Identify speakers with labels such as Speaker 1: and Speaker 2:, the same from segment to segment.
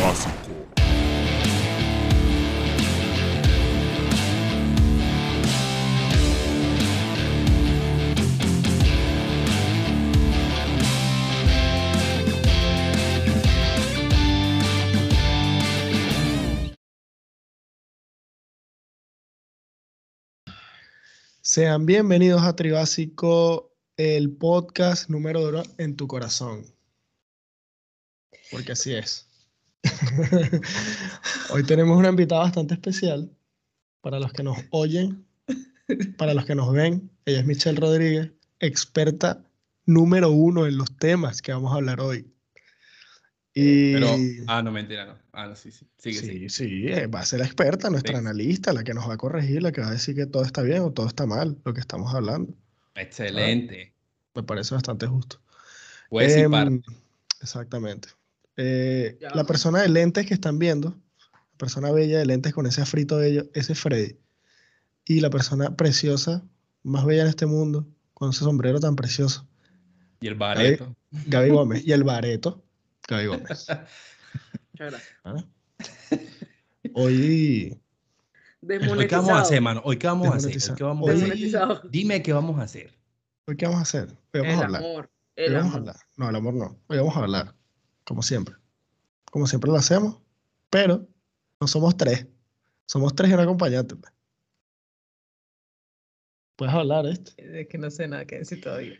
Speaker 1: clásico.
Speaker 2: Sean bienvenidos a Tribásico, el podcast número uno en tu corazón. Porque así es. Hoy tenemos una invitada bastante especial. Para los que nos oyen, para los que nos ven, ella es Michelle Rodríguez, experta número uno en los temas que vamos a hablar hoy. Y...
Speaker 3: Pero, ah, no, mentira, no. Ah, no, sí, sí. Sigue,
Speaker 2: sí,
Speaker 3: sigue.
Speaker 2: sí, eh, va a ser la experta, nuestra
Speaker 3: Sí.
Speaker 2: analista, la que nos va a corregir, la que va a decir que todo está bien o todo está mal, lo que estamos hablando.
Speaker 3: Excelente.
Speaker 2: Me parece bastante justo.
Speaker 3: Pues sí,
Speaker 2: Em,
Speaker 3: parte.
Speaker 2: Exactamente. Eh, la persona de lentes que están viendo, la persona bella de lentes con ese afrito bello, ese es Freddy. Y la persona preciosa, más bella en este mundo, con ese sombrero tan precioso,
Speaker 3: Y el bareto.
Speaker 2: Gaby Gómez. y el bareto, Gaby Gómez.
Speaker 4: Muchas gracias.
Speaker 2: ¿Ah? Hoy
Speaker 3: Hoy qué
Speaker 4: Desmonetizado.
Speaker 3: vamos a hacer, mano. Hoy qué vamos a hacer.
Speaker 2: Desmonetizado.
Speaker 3: Hoy qué vamos a hacer.
Speaker 4: Desmonetizado.
Speaker 3: Dime qué vamos a hacer.
Speaker 2: ¿Hoy qué vamos a hacer? Hoy vamos
Speaker 4: El
Speaker 2: a hablar. Hoy
Speaker 4: amor. El
Speaker 2: vamos a
Speaker 4: amor.
Speaker 2: hablar. No, el amor no. Hoy vamos a hablar. Como siempre. Como siempre lo hacemos. Pero no somos tres. Somos tres y un acompañante. pues. Puedes hablar, este.
Speaker 5: Es que no sé nada que decir todavía.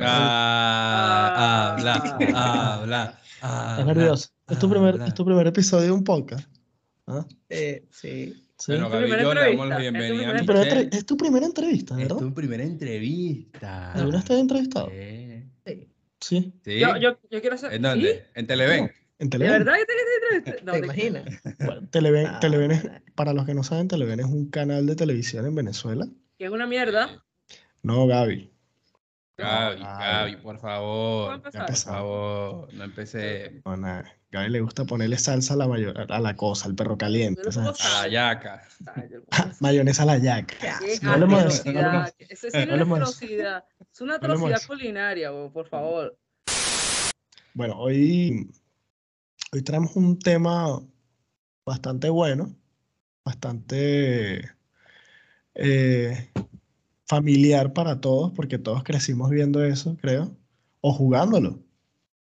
Speaker 3: Ah, habla,
Speaker 4: Ah.
Speaker 3: habla,
Speaker 2: Estás
Speaker 3: habla.
Speaker 2: nervioso. ¿eh? es, tu primer,
Speaker 3: habla.
Speaker 2: es tu primer episodio de un podcast. ¿ah?
Speaker 5: Eh, sí.
Speaker 2: Sí.
Speaker 3: Bueno,
Speaker 4: tu
Speaker 3: Gaby,
Speaker 4: primera
Speaker 3: yo le damos la
Speaker 4: entrevista, es tu
Speaker 3: bienvenida
Speaker 2: Tu primera
Speaker 3: a
Speaker 4: primera
Speaker 3: Michelle.
Speaker 2: entre- es tu primera entrevista,
Speaker 3: Es
Speaker 2: ¿verdad?
Speaker 3: tu Eh, primera entrevista.
Speaker 2: ¿Alguna vez te has entrevistado?
Speaker 3: Sí.
Speaker 2: Sí.
Speaker 3: ¿Sí?
Speaker 4: Yo, yo, yo quiero saber.
Speaker 3: ¿En dónde?
Speaker 4: ¿Sí?
Speaker 3: ¿En Televen?
Speaker 2: En
Speaker 4: ¿De
Speaker 2: Televen.
Speaker 4: verdad que te que te- No,
Speaker 5: ¿Te
Speaker 4: te-
Speaker 5: imaginas?
Speaker 2: Bueno, Televen,
Speaker 5: Ah,
Speaker 2: Televen es-
Speaker 5: vale.
Speaker 2: para los que no saben, Televen es un canal de televisión en Venezuela.
Speaker 4: Que es una mierda.
Speaker 2: No, Gaby.
Speaker 3: Gaby,
Speaker 2: Gaby.
Speaker 3: Gaby, por favor.
Speaker 4: ¿Cómo
Speaker 3: Por
Speaker 4: empezar?
Speaker 3: favor, no empecé.
Speaker 2: No, nada. Gaby le gusta ponerle salsa a la, mayo- a la cosa, al perro caliente.
Speaker 4: Pero
Speaker 2: ¿sabes? Ah,
Speaker 4: ¿cómo
Speaker 3: A la
Speaker 4: sabe?
Speaker 3: yaca.
Speaker 4: Ay, yo-
Speaker 2: Mayonesa a la yaca.
Speaker 4: Qué
Speaker 2: No hablemos de eso, no hablemos de
Speaker 4: atrocidad. Eso es una
Speaker 2: hablemos de eso.
Speaker 4: atrocidad. Es una
Speaker 2: hablemos de
Speaker 4: atrocidad
Speaker 2: eso.
Speaker 4: culinaria, weón, por favor.
Speaker 2: Bueno, hoy, hoy traemos un tema bastante bueno, bastante eh, familiar para todos, porque todos crecimos viendo eso, creo, o jugándolo,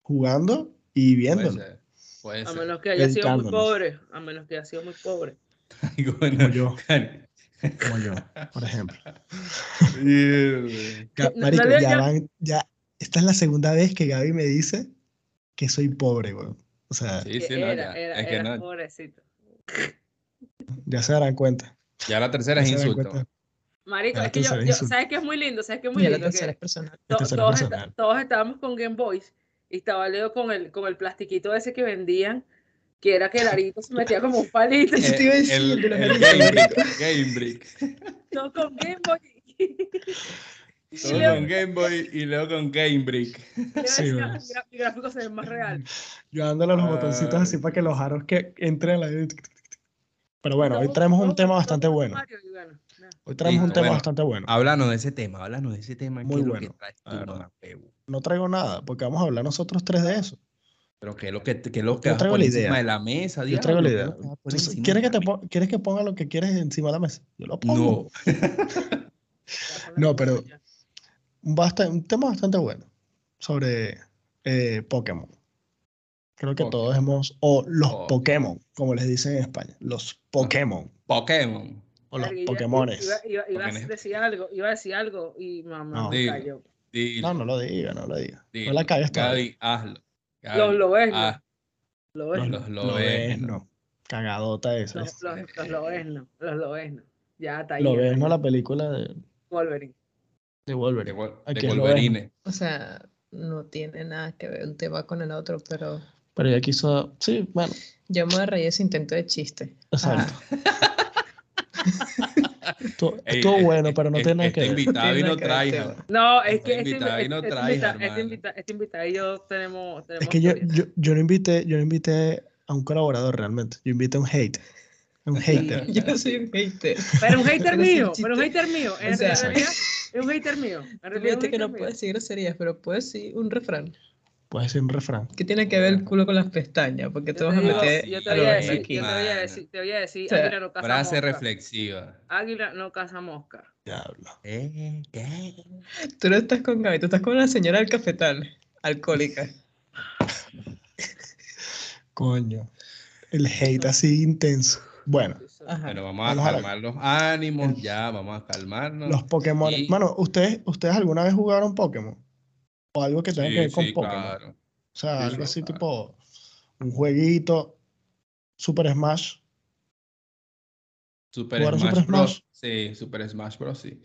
Speaker 2: jugando y
Speaker 3: Puede
Speaker 2: viéndolo,
Speaker 3: ser. Puede
Speaker 4: A
Speaker 3: ser.
Speaker 4: menos que haya sido muy
Speaker 2: Dedicándonos.
Speaker 4: pobre. A menos que haya sido muy pobre.
Speaker 3: Y
Speaker 2: como
Speaker 3: bueno,
Speaker 2: yo,
Speaker 3: Gaby.
Speaker 2: como yo, por ejemplo.
Speaker 3: Ew.
Speaker 2: Ga-
Speaker 4: No,
Speaker 2: Marico,
Speaker 4: dale,
Speaker 2: ya
Speaker 4: ya.
Speaker 2: van, ya, esta es la segunda vez que Gaby me dice que soy pobre, weón. O sea,
Speaker 3: Sí, sí,
Speaker 4: Que
Speaker 3: no,
Speaker 4: era,
Speaker 3: ya.
Speaker 4: era,
Speaker 3: es que
Speaker 4: era
Speaker 3: no,
Speaker 4: pobrecito.
Speaker 2: ya se darán cuenta.
Speaker 3: ya la
Speaker 2: ya
Speaker 3: tercera es
Speaker 2: se darán
Speaker 3: insulto.
Speaker 2: cuenta.
Speaker 4: Marico,
Speaker 3: Ah,
Speaker 2: Era
Speaker 4: es que yo,
Speaker 2: tercera
Speaker 4: yo-
Speaker 2: insulto.
Speaker 4: ¿sabes qué es muy lindo? ¿Sabes qué es muy
Speaker 5: Ya la
Speaker 4: lindo? Que-
Speaker 5: tercera es personal.
Speaker 4: to-
Speaker 2: tercera
Speaker 4: todos,
Speaker 2: persona.
Speaker 4: esta- todos estábamos con Game Boys y estaba Leo con el, con el plastiquito ese que vendían, que era que el arito se metía como un palito.
Speaker 3: Eh,
Speaker 2: te iba a decir,
Speaker 3: el,
Speaker 2: de la
Speaker 3: el
Speaker 2: nariz.
Speaker 3: Game Brick. Game Brick.
Speaker 4: No, con Game Boy. Y
Speaker 3: Todo
Speaker 4: Leo,
Speaker 3: con Game Boy y luego con Game Brick.
Speaker 4: Leo
Speaker 2: Sí,
Speaker 4: decía,
Speaker 2: bueno.
Speaker 4: "Gra- mi gráfico se ve más real.
Speaker 2: Yo dándole a
Speaker 3: Ah,
Speaker 2: los botoncitos así
Speaker 3: Ay.
Speaker 2: para que los aros que entren ahí. Pero bueno, hoy
Speaker 4: Todo-
Speaker 2: traemos un
Speaker 4: todo-
Speaker 2: tema
Speaker 4: todo
Speaker 2: bastante
Speaker 4: con
Speaker 2: bueno.
Speaker 4: Mario, y bueno, nada.
Speaker 2: Hoy traemos un
Speaker 3: Listo,
Speaker 2: tema
Speaker 3: bueno.
Speaker 2: bastante bueno.
Speaker 3: Háblanos de ese tema, háblanos de ese tema.
Speaker 2: Muy
Speaker 3: ¿Qué es lo
Speaker 2: bueno,
Speaker 3: que traes tú,
Speaker 2: la verdad.
Speaker 3: mamahuevo?
Speaker 2: No traigo nada, porque vamos a hablar nosotros tres de eso.
Speaker 3: Pero qué es lo que, qué es lo que
Speaker 2: Yo
Speaker 3: vas a
Speaker 2: traigo
Speaker 3: poner
Speaker 2: la idea.
Speaker 3: encima de la mesa,
Speaker 2: Yo traigo la idea.
Speaker 3: diablo? ¿Qué es lo que vas a poner
Speaker 2: Entonces,
Speaker 3: encima
Speaker 2: ¿quieres, que
Speaker 3: de
Speaker 2: te
Speaker 3: la
Speaker 2: pon- ¿Quieres que ponga lo que quieres encima de la mesa? Yo lo
Speaker 3: mesa?
Speaker 2: pongo.
Speaker 3: No.
Speaker 2: No, pero- un, basta- un tema bastante bueno sobre eh, Pokémon. Creo que todos hemos, o los
Speaker 3: Pokémon.
Speaker 2: Pokémon, como les dicen en España, los Pokémon,
Speaker 3: Pokémon.
Speaker 2: o los
Speaker 4: Verga, iba-
Speaker 2: Pokémones.
Speaker 4: Iba, iba- iba a
Speaker 3: Ah. Pokémones.
Speaker 4: decir algo, iba a decir algo y mamá
Speaker 2: No.
Speaker 4: me
Speaker 3: Dilo,
Speaker 4: cayó.
Speaker 3: Dilo,
Speaker 2: No, no lo diga, no lo diga.
Speaker 3: dilo.
Speaker 2: No la cagues todavía.
Speaker 3: Gaby, hazlo. Gaby,
Speaker 4: Los loesnos.
Speaker 3: haz-
Speaker 4: Los
Speaker 2: Los,
Speaker 4: loesnos.
Speaker 3: Los
Speaker 2: lo
Speaker 3: loes, ¿no?
Speaker 2: Cagadota esa.
Speaker 4: Los los- los loesnos. Los loesnos. Ya está ahí.
Speaker 2: Lo
Speaker 4: ya está
Speaker 2: ves, ¿no?
Speaker 4: ahí.
Speaker 2: La película de,
Speaker 4: Wolverine.
Speaker 2: de
Speaker 3: de,
Speaker 2: Wolverine.
Speaker 3: Wol-
Speaker 2: Aquí
Speaker 3: de
Speaker 2: es lo
Speaker 3: Wolverine.
Speaker 5: O sea, no tiene nada que ver un tema con el otro, pero
Speaker 2: Pero ella quiso. Sí, bueno,
Speaker 5: yo me reí ese intento de chiste.
Speaker 3: Ah.
Speaker 2: exacto. Estuvo,
Speaker 3: Ey,
Speaker 2: estuvo
Speaker 3: eh,
Speaker 2: bueno,
Speaker 3: eh,
Speaker 2: pero no
Speaker 3: eh,
Speaker 2: tiene nada
Speaker 3: este
Speaker 2: que ver. este
Speaker 3: invitado
Speaker 5: Tiene
Speaker 3: y no
Speaker 5: nada que ver el
Speaker 3: traiga.
Speaker 5: tema.
Speaker 4: No, es
Speaker 3: Está
Speaker 4: que este,
Speaker 3: invitado
Speaker 4: invitado
Speaker 3: y no
Speaker 4: este,
Speaker 3: traes,
Speaker 4: invita- este
Speaker 3: hermano.
Speaker 4: invita- este invitado y yo tenemos, tenemos
Speaker 2: Es que yo,
Speaker 4: historia.
Speaker 2: yo, yo no invité, yo no invité a un colaborador realmente. Yo invité a un hate. A un hater.
Speaker 5: Yo soy un hater.
Speaker 4: Pero un hater
Speaker 5: Pero es un
Speaker 4: mío, pero un
Speaker 5: chiste.
Speaker 4: hater mío. En,
Speaker 5: O sea-
Speaker 4: en realidad, es un hater mío. En
Speaker 5: Tú
Speaker 4: realidad, es un
Speaker 5: dijiste que
Speaker 4: hater
Speaker 5: no
Speaker 4: mío.
Speaker 5: puedes decir groserías, pero puedes decir un refrán.
Speaker 2: Puede ser un refrán.
Speaker 5: ¿Qué tiene que ver el culo con las pestañas? Porque te
Speaker 4: Yo
Speaker 5: vas
Speaker 4: te
Speaker 5: a
Speaker 4: digo,
Speaker 5: meter
Speaker 4: yo te
Speaker 5: a
Speaker 4: voy a
Speaker 5: lo
Speaker 4: decir,
Speaker 5: aquí.
Speaker 4: yo te voy a
Speaker 3: Mano.
Speaker 4: decir, te voy a decir,
Speaker 5: O sea,
Speaker 4: águila no caza
Speaker 3: Frase
Speaker 4: mosca.
Speaker 3: reflexiva.
Speaker 4: Águila no caza mosca.
Speaker 2: Diablo.
Speaker 3: Eh, ¿Qué?
Speaker 5: Tú no estás con Gaby, tú estás con una señora del cafetal, alcohólica.
Speaker 2: Coño. El hate así intenso. Bueno,
Speaker 5: Ajá.
Speaker 3: Pero vamos a
Speaker 2: Vamos a la-
Speaker 3: calmar los ánimos, ya, vamos a
Speaker 5: Ah,
Speaker 3: calmarnos.
Speaker 2: los Pokémon.
Speaker 3: Y-
Speaker 2: Mano, ¿ustedes, ¿ustedes alguna vez jugaron Pokémon? O algo que tenga que ver
Speaker 3: Sí,
Speaker 2: con
Speaker 3: sí,
Speaker 2: Pokémon.
Speaker 3: claro.
Speaker 2: O sea,
Speaker 3: Sí,
Speaker 2: algo
Speaker 3: sí,
Speaker 2: así
Speaker 3: claro.
Speaker 2: tipo un jueguito, Super Smash.
Speaker 3: Super
Speaker 2: ¿Jugaron
Speaker 3: Smash,
Speaker 2: Super
Speaker 3: Bros.
Speaker 2: Smash?
Speaker 3: Sí, Super Smash Bros. Sí.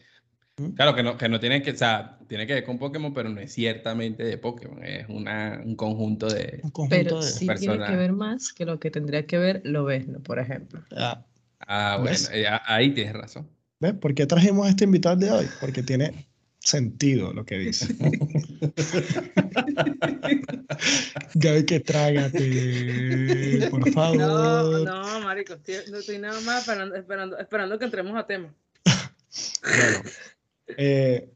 Speaker 2: ¿Mm?
Speaker 3: Claro que no, que no tiene que, o sea, tiene que ver con Pokémon, pero no es ciertamente de Pokémon, es una, un conjunto de...
Speaker 2: Un conjunto
Speaker 5: Pero
Speaker 2: de.
Speaker 5: sí tiene que
Speaker 3: personas.
Speaker 5: ver más que lo que tendría que ver lo Lobezno, por ejemplo.
Speaker 2: Ah,
Speaker 3: Ah, bueno,
Speaker 2: ¿Ves?
Speaker 3: eh, a- ahí tienes razón.
Speaker 2: ¿Ves? ¿Por qué trajimos a este invitado de hoy? Porque tiene sentido lo que dice. Gaby, que trágate, por favor.
Speaker 4: No, no, marico, estoy, no estoy nada más esperando, esperando, esperando que entremos a tema.
Speaker 3: Bueno,
Speaker 2: Eh,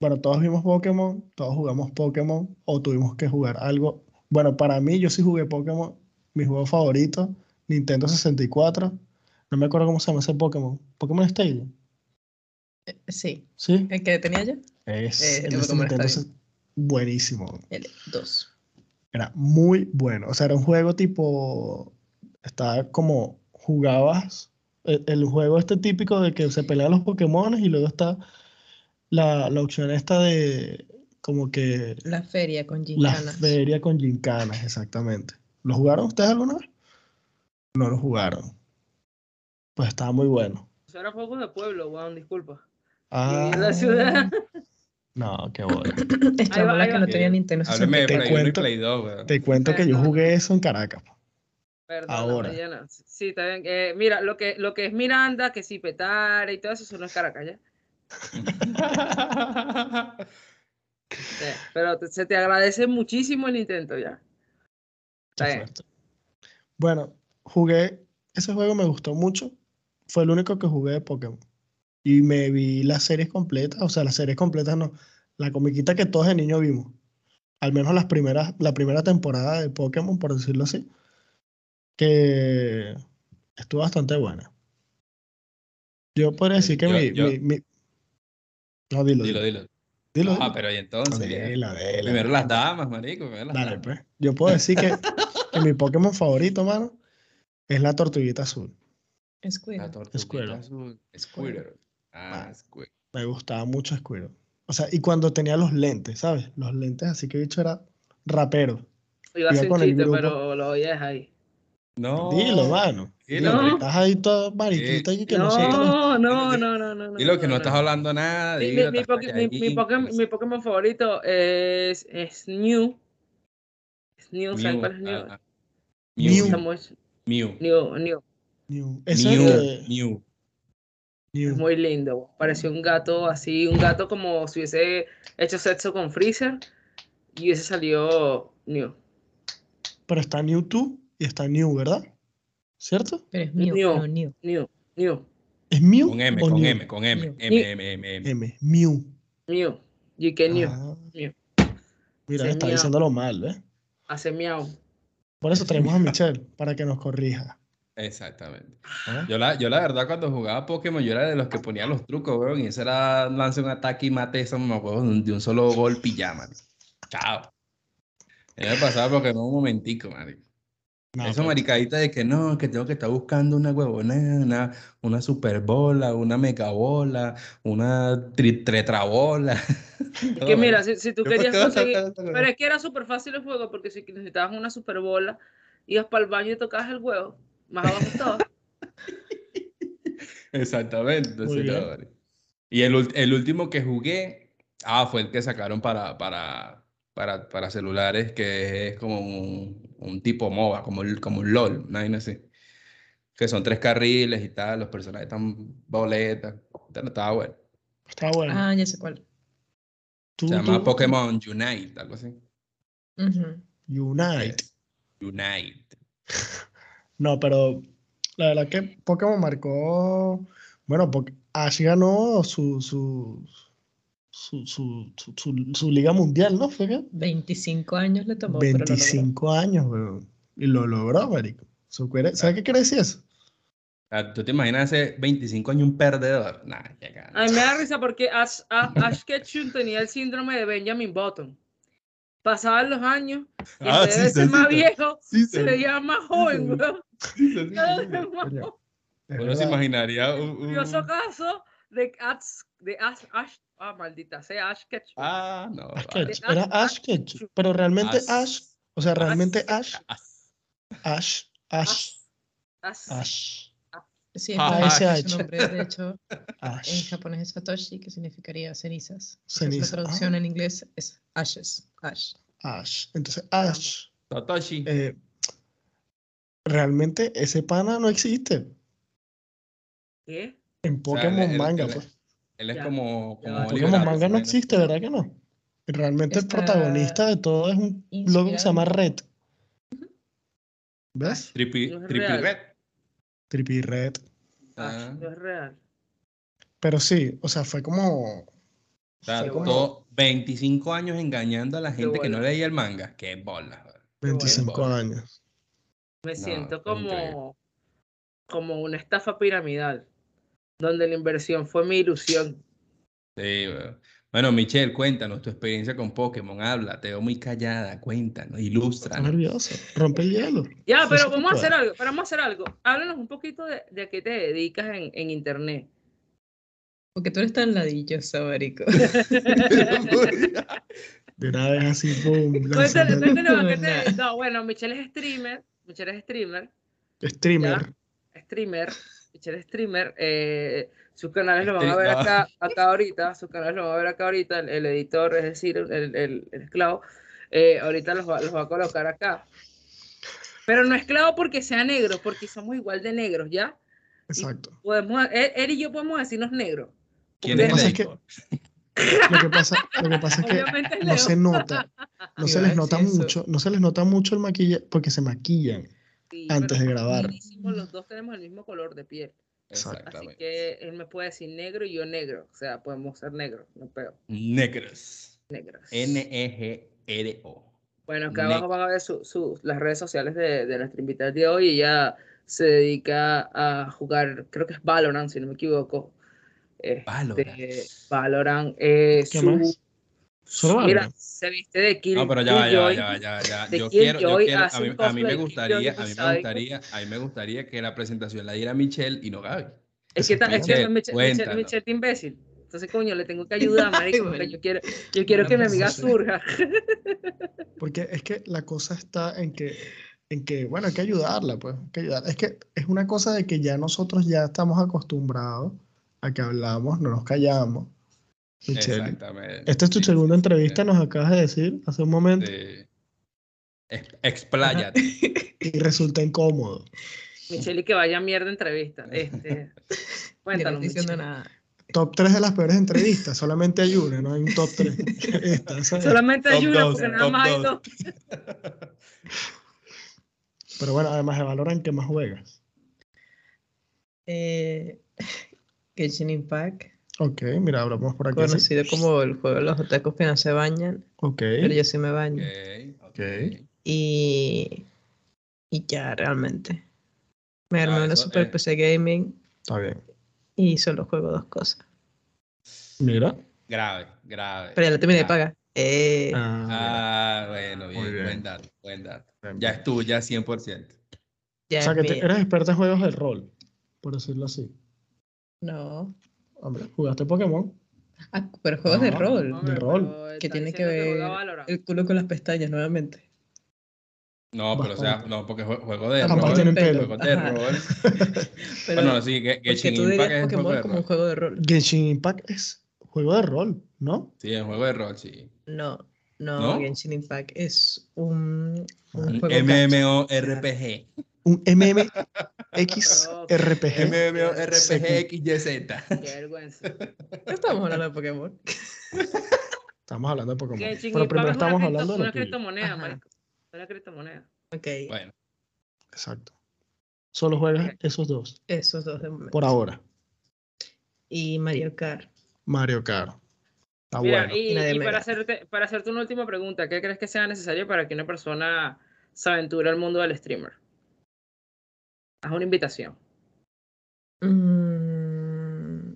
Speaker 2: bueno, todos vimos Pokémon, todos jugamos Pokémon o tuvimos que jugar algo. Bueno, para mí, yo sí jugué Pokémon, mi juego favorito, Nintendo 64. No me acuerdo cómo se llama ese Pokémon. Pokémon Stadium,
Speaker 5: Sí.
Speaker 2: ¿sí?
Speaker 5: ¿El que tenía yo?
Speaker 2: Es
Speaker 5: Eh,
Speaker 2: el
Speaker 5: el
Speaker 2: de
Speaker 5: Pokémon
Speaker 2: Nintendo
Speaker 5: Stadium.
Speaker 2: se- buenísimo.
Speaker 5: El 2.
Speaker 2: Era muy bueno. O sea, era un juego tipo. Estaba como. Jugabas. El, el juego este típico de que se pelean los Pokémon y luego está la, la opción esta de. Como que.
Speaker 5: La feria con
Speaker 2: La
Speaker 5: Gincana.
Speaker 2: feria con gincanas, exactamente. ¿Lo jugaron ustedes alguna vez? No lo jugaron. Pues estaba muy bueno.
Speaker 4: Eso era juegos de pueblo, weón, disculpa.
Speaker 2: Ah,
Speaker 4: en la ciudad.
Speaker 2: No, qué bueno.
Speaker 5: Esta
Speaker 4: Ahí va,
Speaker 5: bola
Speaker 4: ahí
Speaker 5: que
Speaker 4: va.
Speaker 5: no tenía Nintendo
Speaker 3: hábleme de
Speaker 5: 64.
Speaker 2: Te
Speaker 3: Play 1 y
Speaker 2: cuento-
Speaker 3: Play 2, weón.
Speaker 2: Te cuento que yo jugué eso en Caracas. po.
Speaker 4: Perdón,
Speaker 2: Ahora.
Speaker 4: Sí, está bien. Eh, mira, lo que, lo que es Miranda, que si Petare y todo eso, eso no es Caracas, ¿ya? Eh, Pero te- se te agradece muchísimo el intento, ¿ya?
Speaker 2: Qué
Speaker 4: Está bien.
Speaker 2: fuerte. Bueno, jugué, ese juego me gustó mucho. Fue el único que jugué de Pokémon. Y me vi las series completas, o sea, las series completas no, la comiquita que todos de niño vimos. Al menos las primeras, la primera temporada de Pokémon, por decirlo así, que estuvo bastante buena. Yo podría decir que
Speaker 3: Yo-
Speaker 2: mi,
Speaker 3: yo-
Speaker 2: mi- mi- No, dilo, dilo.
Speaker 3: Dilo, dilo.
Speaker 2: dilo,
Speaker 3: Ah,
Speaker 2: dilo.
Speaker 3: pero y entonces.
Speaker 2: Dilo, dilo.
Speaker 3: Primero las damas, marico, primero las
Speaker 2: Dale,
Speaker 3: damas.
Speaker 2: pues. Yo puedo decir que, que mi Pokémon favorito, mano, es la tortuguita azul.
Speaker 5: Squirtle.
Speaker 3: La tortuguita
Speaker 2: Squirtle.
Speaker 3: azul. Squirtle. Ah,
Speaker 2: Ah.
Speaker 3: Squirtle.
Speaker 2: Me gustaba mucho Squirtle. O sea, y cuando tenía los lentes, ¿sabes? Los lentes, así que bicho era rapero.
Speaker 4: Iba a hacer
Speaker 2: Iba
Speaker 4: un
Speaker 2: con el
Speaker 4: chiste,
Speaker 2: grupo.
Speaker 4: pero lo oyes ahí.
Speaker 3: No.
Speaker 2: Dilo, mano.
Speaker 3: Dilo,
Speaker 4: No.
Speaker 2: Estás ahí todo mariquita y que no, sé.
Speaker 4: No, no, no, no, no.
Speaker 3: dilo que no
Speaker 4: no,
Speaker 3: estás hablando nada.
Speaker 4: Mi,
Speaker 3: dilo,
Speaker 4: mi- mi
Speaker 3: estás
Speaker 4: Poké- mi- mi
Speaker 3: calladito,
Speaker 4: Pokémon,
Speaker 3: no sé.
Speaker 4: mi Pokémon favorito es, es New. Es New, ¿sabes
Speaker 3: Mew,
Speaker 4: cuál es New?
Speaker 3: ah, ah.
Speaker 4: Me
Speaker 2: Mew.
Speaker 4: gusta
Speaker 3: Mew.
Speaker 4: mucho.
Speaker 3: Mew.
Speaker 4: New, New.
Speaker 2: New. Ese
Speaker 3: Mew.
Speaker 2: eh,
Speaker 3: Mew.
Speaker 2: New.
Speaker 4: Es muy lindo. güey. Parecía un gato así, un gato como si hubiese hecho sexo con Freezer y hubiese salido New.
Speaker 2: Pero está New 2 y está New, ¿verdad? ¿Cierto?
Speaker 5: Pero es mío,
Speaker 4: Mew.
Speaker 5: no New.
Speaker 4: New, New,
Speaker 2: ¿Es Mew?
Speaker 3: Con M,
Speaker 2: o
Speaker 3: con
Speaker 2: New?
Speaker 3: M, con M.
Speaker 5: Mew.
Speaker 3: M, M, M, M.
Speaker 2: M. Mew.
Speaker 4: New. Y que New.
Speaker 2: Ah.
Speaker 4: New.
Speaker 2: Mira,
Speaker 4: Ese es
Speaker 2: está
Speaker 4: Mew.
Speaker 2: diciéndolo mal, ¿ves?
Speaker 4: Hace miau.
Speaker 2: Por eso traemos a Michelle, para que nos corrija.
Speaker 3: Exactamente.
Speaker 2: ¿Ah?
Speaker 3: Yo la, yo la verdad cuando jugaba Pokémon yo era de los que ponía los trucos, weón, y eso era lance un ataque y mate esa mamá, weón, de un solo golpe y ya, man. Chao. A mí me pasaba Pokémon un momentico, marico.
Speaker 2: No, pues.
Speaker 3: Eso
Speaker 2: pero-
Speaker 3: maricadita de que no, que tengo que estar buscando una huevonada, una, una super bola, una mega bola, una tri- tetrabola.
Speaker 4: Es que mira, si, si tú querías conseguir. Pero
Speaker 3: conseguir...
Speaker 4: es que era súper fácil el juego porque si necesitabas una super bola, ibas para el baño y tocabas el huevo. Más abajo todo.
Speaker 3: Exactamente. entonces, no,
Speaker 2: bien.
Speaker 3: marico. Y el, ul- el último que jugué, ah, fue el que sacaron para, para, para, para celulares, que es como un, un tipo MOBA, como, el- como un LOL, una vaina así. Que son tres carriles y tal, los personajes están boletas. Estaba bueno.
Speaker 2: Está bueno.
Speaker 5: Ah, ya sé cuál.
Speaker 2: Tú-
Speaker 3: Se llama
Speaker 2: tú-
Speaker 3: Pokémon Unite, algo así.
Speaker 5: Ujú.
Speaker 2: Unite.
Speaker 3: Es Unite.
Speaker 2: No, pero la verdad que Pokémon marcó. Bueno, porque Ash ganó su, su, su, su, su, su- su liga mundial, ¿no? Fue que
Speaker 5: 25 años le tomó. pero lo logró.
Speaker 2: 25 años, weón. Y lo logró, marico. Eso quiere- ¿Sabes qué quiere decir eso?
Speaker 3: Ah, ¿Tú te imaginas hace 25 años un perdedor? Nah, ya gana.
Speaker 4: A mí me da risa porque Ash, A- Ash Ketchum tenía el síndrome de Benjamin Button. Pasaban los años y en
Speaker 3: Ah,
Speaker 4: vez
Speaker 3: sí,
Speaker 4: de
Speaker 3: sí,
Speaker 4: ser
Speaker 3: sí,
Speaker 4: más
Speaker 3: sí.
Speaker 4: viejo,
Speaker 3: Sí,
Speaker 4: se veía más joven, weón.
Speaker 3: sí, sí, sí,
Speaker 4: Cada vez
Speaker 3: sí.
Speaker 4: más
Speaker 2: Coño,
Speaker 4: joven.
Speaker 2: Es
Speaker 3: Uno se
Speaker 2: verdad.
Speaker 3: imaginaría un- un-
Speaker 4: Curioso caso de Ash, de Ash, Ash, ah, maldita sea, Ash Ketchum.
Speaker 3: Ah, no.
Speaker 2: Ash
Speaker 3: vale.
Speaker 2: Ketchum. Era Ash Ketchum. Pero realmente
Speaker 3: Ash.
Speaker 2: Ash, o sea, realmente Ash,
Speaker 3: Ash.
Speaker 2: Ash, Ash,
Speaker 4: Ash.
Speaker 2: Ash,
Speaker 5: Sí,
Speaker 3: Ah,
Speaker 5: pero ese
Speaker 2: ASH.
Speaker 5: es su nombre, de hecho, en
Speaker 2: Ash.
Speaker 5: japonés es Satoshi, que significaría cenizas. Entonces,
Speaker 2: Ceniza. Ah.
Speaker 5: La traducción en inglés es ashes, ash.
Speaker 2: Ash. Entonces, Ash.
Speaker 3: Satoshi.
Speaker 2: eh, realmente ese pana no existe.
Speaker 4: ¿Qué?
Speaker 2: En
Speaker 3: sea,
Speaker 2: Pokémon
Speaker 3: el- el-
Speaker 2: manga,
Speaker 3: el-
Speaker 2: pues.
Speaker 3: Él es
Speaker 4: Ya.
Speaker 3: como, como
Speaker 4: Ya,
Speaker 2: Pokémon
Speaker 3: Oliver
Speaker 2: manga no
Speaker 3: Atom,
Speaker 2: existe, ¿verdad que no? Realmente
Speaker 5: Está
Speaker 2: el protagonista de todo es un loco que se llama Red. ¿Ves?
Speaker 3: Tripi-
Speaker 4: No es
Speaker 3: Triple
Speaker 4: real.
Speaker 3: Red.
Speaker 2: Trippy Red.
Speaker 4: Ash,
Speaker 3: Ah,
Speaker 4: no es real.
Speaker 2: Pero sí, o sea, fue como.
Speaker 3: o sea,
Speaker 2: fue como
Speaker 3: todo 25 años engañando a la gente que no
Speaker 4: bola.
Speaker 3: leía el manga. Qué bola. joder.
Speaker 2: 25
Speaker 3: bueno.
Speaker 2: años.
Speaker 4: Me
Speaker 3: No,
Speaker 4: siento
Speaker 3: es increíble.
Speaker 4: como, como una estafa piramidal, donde la inversión fue mi ilusión.
Speaker 3: Sí, weón. bueno, Michelle, cuéntanos tu experiencia con Pokémon. Habla, te veo muy callada. Cuéntanos,
Speaker 2: Está
Speaker 3: ilústranos.
Speaker 2: nervioso. Rompe el hielo.
Speaker 4: Ya,
Speaker 2: Fue
Speaker 4: pero
Speaker 2: súper
Speaker 4: vamos a hacer
Speaker 2: padre.
Speaker 4: algo, pero vamos a hacer algo. Háblanos un poquito de, de a qué te dedicas en, en internet.
Speaker 5: Porque tú eres tan ladilloso, marico.
Speaker 2: De una vez así, boom.
Speaker 4: Cuéntale,
Speaker 2: lanzando
Speaker 4: cuéntale a qué te
Speaker 5: Nah.
Speaker 4: dedicas. No, bueno, Michelle es streamer, Michelle es streamer,
Speaker 2: el Streamer.
Speaker 4: streamer, Michelle es streamer. eh, sus canales los van a
Speaker 3: Stream-
Speaker 4: ver
Speaker 3: Este, no.
Speaker 4: acá, acá ahorita, sus canales los van a ver acá ahorita, el, el editor, es decir, el, el- el esclavo, eh, ahorita los va, los va a colocar acá. Pero no esclavo porque sea negro, porque somos igual de negros, ¿ya?
Speaker 2: Exacto.
Speaker 4: Podemos, él, él y yo podemos decirnos negros.
Speaker 3: ¿Quién
Speaker 2: Lo que
Speaker 3: es
Speaker 2: pasa
Speaker 3: el
Speaker 2: es que-
Speaker 3: editor?
Speaker 2: Lo que pasa, lo que pasa es que
Speaker 4: Obviamente es
Speaker 2: no se
Speaker 4: Leo.
Speaker 2: nota. No
Speaker 5: Iba
Speaker 2: se
Speaker 5: a
Speaker 2: les nota
Speaker 5: decir eso.
Speaker 2: mucho. No se les nota mucho el maquillaje porque se maquillan.
Speaker 4: Sí,
Speaker 2: antes de
Speaker 4: pero
Speaker 2: grabar.
Speaker 4: buenísimo, Los dos tenemos el mismo color de piel. Así
Speaker 3: Exactamente.
Speaker 4: que él me puede decir negro y yo negro. O sea, podemos ser negros, no peor.
Speaker 3: Negros. E
Speaker 4: Negros.
Speaker 3: N-E-G-R-O.
Speaker 4: bueno, acá
Speaker 3: ne-
Speaker 4: abajo van a ver su- su- las redes sociales de, de nuestra invitada de hoy. Ella se dedica a jugar, creo que es Valorant, si no me equivoco. Este,
Speaker 3: Valorant.
Speaker 4: Valorant. eh,
Speaker 2: ¿Qué
Speaker 4: su-
Speaker 2: más? Solo
Speaker 4: mira,
Speaker 2: Valorant.
Speaker 4: se viste de Kill.
Speaker 3: No, pero ya, va, ya, va,
Speaker 4: Killjoy.
Speaker 3: ya, va, ya, va, ya.
Speaker 4: de
Speaker 3: Yo
Speaker 4: Kid
Speaker 3: quiero, yo
Speaker 4: Joy
Speaker 3: quiero, a
Speaker 4: hace
Speaker 3: mí,
Speaker 4: un
Speaker 3: a mí me
Speaker 4: cosplay de Kid
Speaker 3: gustaría,
Speaker 4: Joy
Speaker 3: a mí me
Speaker 4: sádico.
Speaker 3: gustaría, a mí me gustaría que la presentación la diera Michelle y no Gaby.
Speaker 4: Es que, ta- es que
Speaker 3: Michelle,
Speaker 4: Michelle, Michelle,
Speaker 3: cuéntalo.
Speaker 4: Michelle es imbécil. Entonces, coño, le tengo que ayudar, marico,
Speaker 5: Ay,
Speaker 4: porque
Speaker 5: bueno. pues,
Speaker 4: yo quiero, yo quiero
Speaker 5: Una
Speaker 4: que mi amiga
Speaker 5: persona.
Speaker 4: surja.
Speaker 2: Porque es que la cosa está en que, en que bueno, hay que ayudarla, pues. hay que ayudarla. Es que es una cosa de que ya nosotros ya estamos acostumbrados a que hablamos, no nos callamos. Michelle,
Speaker 3: Exactamente.
Speaker 2: esta es tu
Speaker 3: Sí,
Speaker 2: segunda
Speaker 3: sí,
Speaker 2: entrevista,
Speaker 3: sí,
Speaker 2: nos acabas de decir hace un momento,
Speaker 3: sí. Ex- Expláyate.
Speaker 2: y resulta incómodo.
Speaker 4: Michelle, y que vaya mierda entrevista. Este,
Speaker 5: Yo no
Speaker 4: cuéntanos,
Speaker 5: estoy diciendo
Speaker 4: Michelle.
Speaker 5: nada.
Speaker 2: Top 3 de las peores entrevistas, solamente hay una, no hay un top 3. Esta, esa es.
Speaker 4: Solamente hay
Speaker 3: Top
Speaker 4: una,
Speaker 3: dos,
Speaker 4: porque nada
Speaker 3: top
Speaker 4: más hay
Speaker 3: dos.
Speaker 4: dos.
Speaker 2: Pero bueno, además de valoran que más juegas.
Speaker 5: Eh, Genshin Impact,
Speaker 2: Ok, mira, hablamos por aquí. sí.
Speaker 5: conocido como el juego de los otakus que no se bañan,
Speaker 2: Ok.
Speaker 5: pero yo sí me baño.
Speaker 3: Ok, ok.
Speaker 5: Y, y ya, realmente. Me armé
Speaker 3: Ah,
Speaker 5: una
Speaker 3: eso,
Speaker 5: Super
Speaker 3: eh.
Speaker 5: PC Gaming
Speaker 2: Está bien.
Speaker 5: y solo juego dos cosas.
Speaker 2: Mira.
Speaker 3: Grave, grave.
Speaker 5: Pero ya la terminé de
Speaker 3: grave.
Speaker 5: pagar. Eh,
Speaker 2: Ah,
Speaker 3: Ah, bueno, bien,
Speaker 2: Muy bien.
Speaker 3: buen dato, buen dato.
Speaker 2: bien, bien,
Speaker 3: Ya
Speaker 2: bien.
Speaker 3: es tuya 100%.
Speaker 5: ya
Speaker 2: O sea,
Speaker 5: es
Speaker 2: que te-
Speaker 5: mía.
Speaker 2: eres experta en juegos de rol, por decirlo así.
Speaker 5: No.
Speaker 2: Hombre, jugaste Pokémon.
Speaker 5: Ah, pero juegos de
Speaker 2: No,
Speaker 5: rol.
Speaker 2: no. rol.
Speaker 5: Que tiene que ver
Speaker 4: ver.
Speaker 5: El culo con las pestañas nuevamente.
Speaker 3: No, pero o sea,
Speaker 2: Bastante.
Speaker 3: no, porque jue- juego de
Speaker 2: Ambas
Speaker 5: Juego de
Speaker 2: tienen
Speaker 3: rol.
Speaker 2: pelo.
Speaker 3: Juego de
Speaker 5: Ajá.
Speaker 3: rol.
Speaker 5: Pero
Speaker 3: Bueno, sí, que
Speaker 5: porque
Speaker 3: Genshin
Speaker 5: tú dirías
Speaker 3: Impact es juego
Speaker 5: Pokémon
Speaker 3: de
Speaker 5: como un
Speaker 3: rol.
Speaker 5: juego de rol.
Speaker 2: Genshin Impact es juego de rol, ¿no?
Speaker 3: Sí, es juego de rol, sí.
Speaker 5: No, no,
Speaker 3: ¿No?
Speaker 5: Genshin Impact es un, un
Speaker 2: Un
Speaker 5: juego gacha.
Speaker 3: MMORPG.
Speaker 2: Un MMXRPG.
Speaker 3: MMORPG
Speaker 4: Qué vergüenza.
Speaker 5: No estamos hablando de Pokémon.
Speaker 2: Estamos hablando de Pokémon.
Speaker 4: Que Genshin
Speaker 2: Pero
Speaker 4: Impact
Speaker 2: primero
Speaker 4: es una
Speaker 2: estamos
Speaker 4: cripto-
Speaker 2: hablando de
Speaker 4: Una
Speaker 2: lo tuyo.
Speaker 4: criptomoneda,
Speaker 5: Ajá.
Speaker 4: marico. Una criptomoneda.
Speaker 5: Ok,
Speaker 3: Bueno,
Speaker 2: Exacto. Solo juegas esos dos,
Speaker 5: esos dos de momento.
Speaker 2: por ahora.
Speaker 5: Y Mario Kart.
Speaker 2: Mario Kart. Está
Speaker 4: Mira,
Speaker 2: Ah, bueno.
Speaker 4: y,
Speaker 5: Nadie
Speaker 4: y
Speaker 5: me
Speaker 4: para,
Speaker 5: gana.
Speaker 4: hacerte, para hacerte una última pregunta, ¿qué crees que sea necesario para que una persona se aventure al mundo del streamer? Haz una invitación.
Speaker 5: Mm,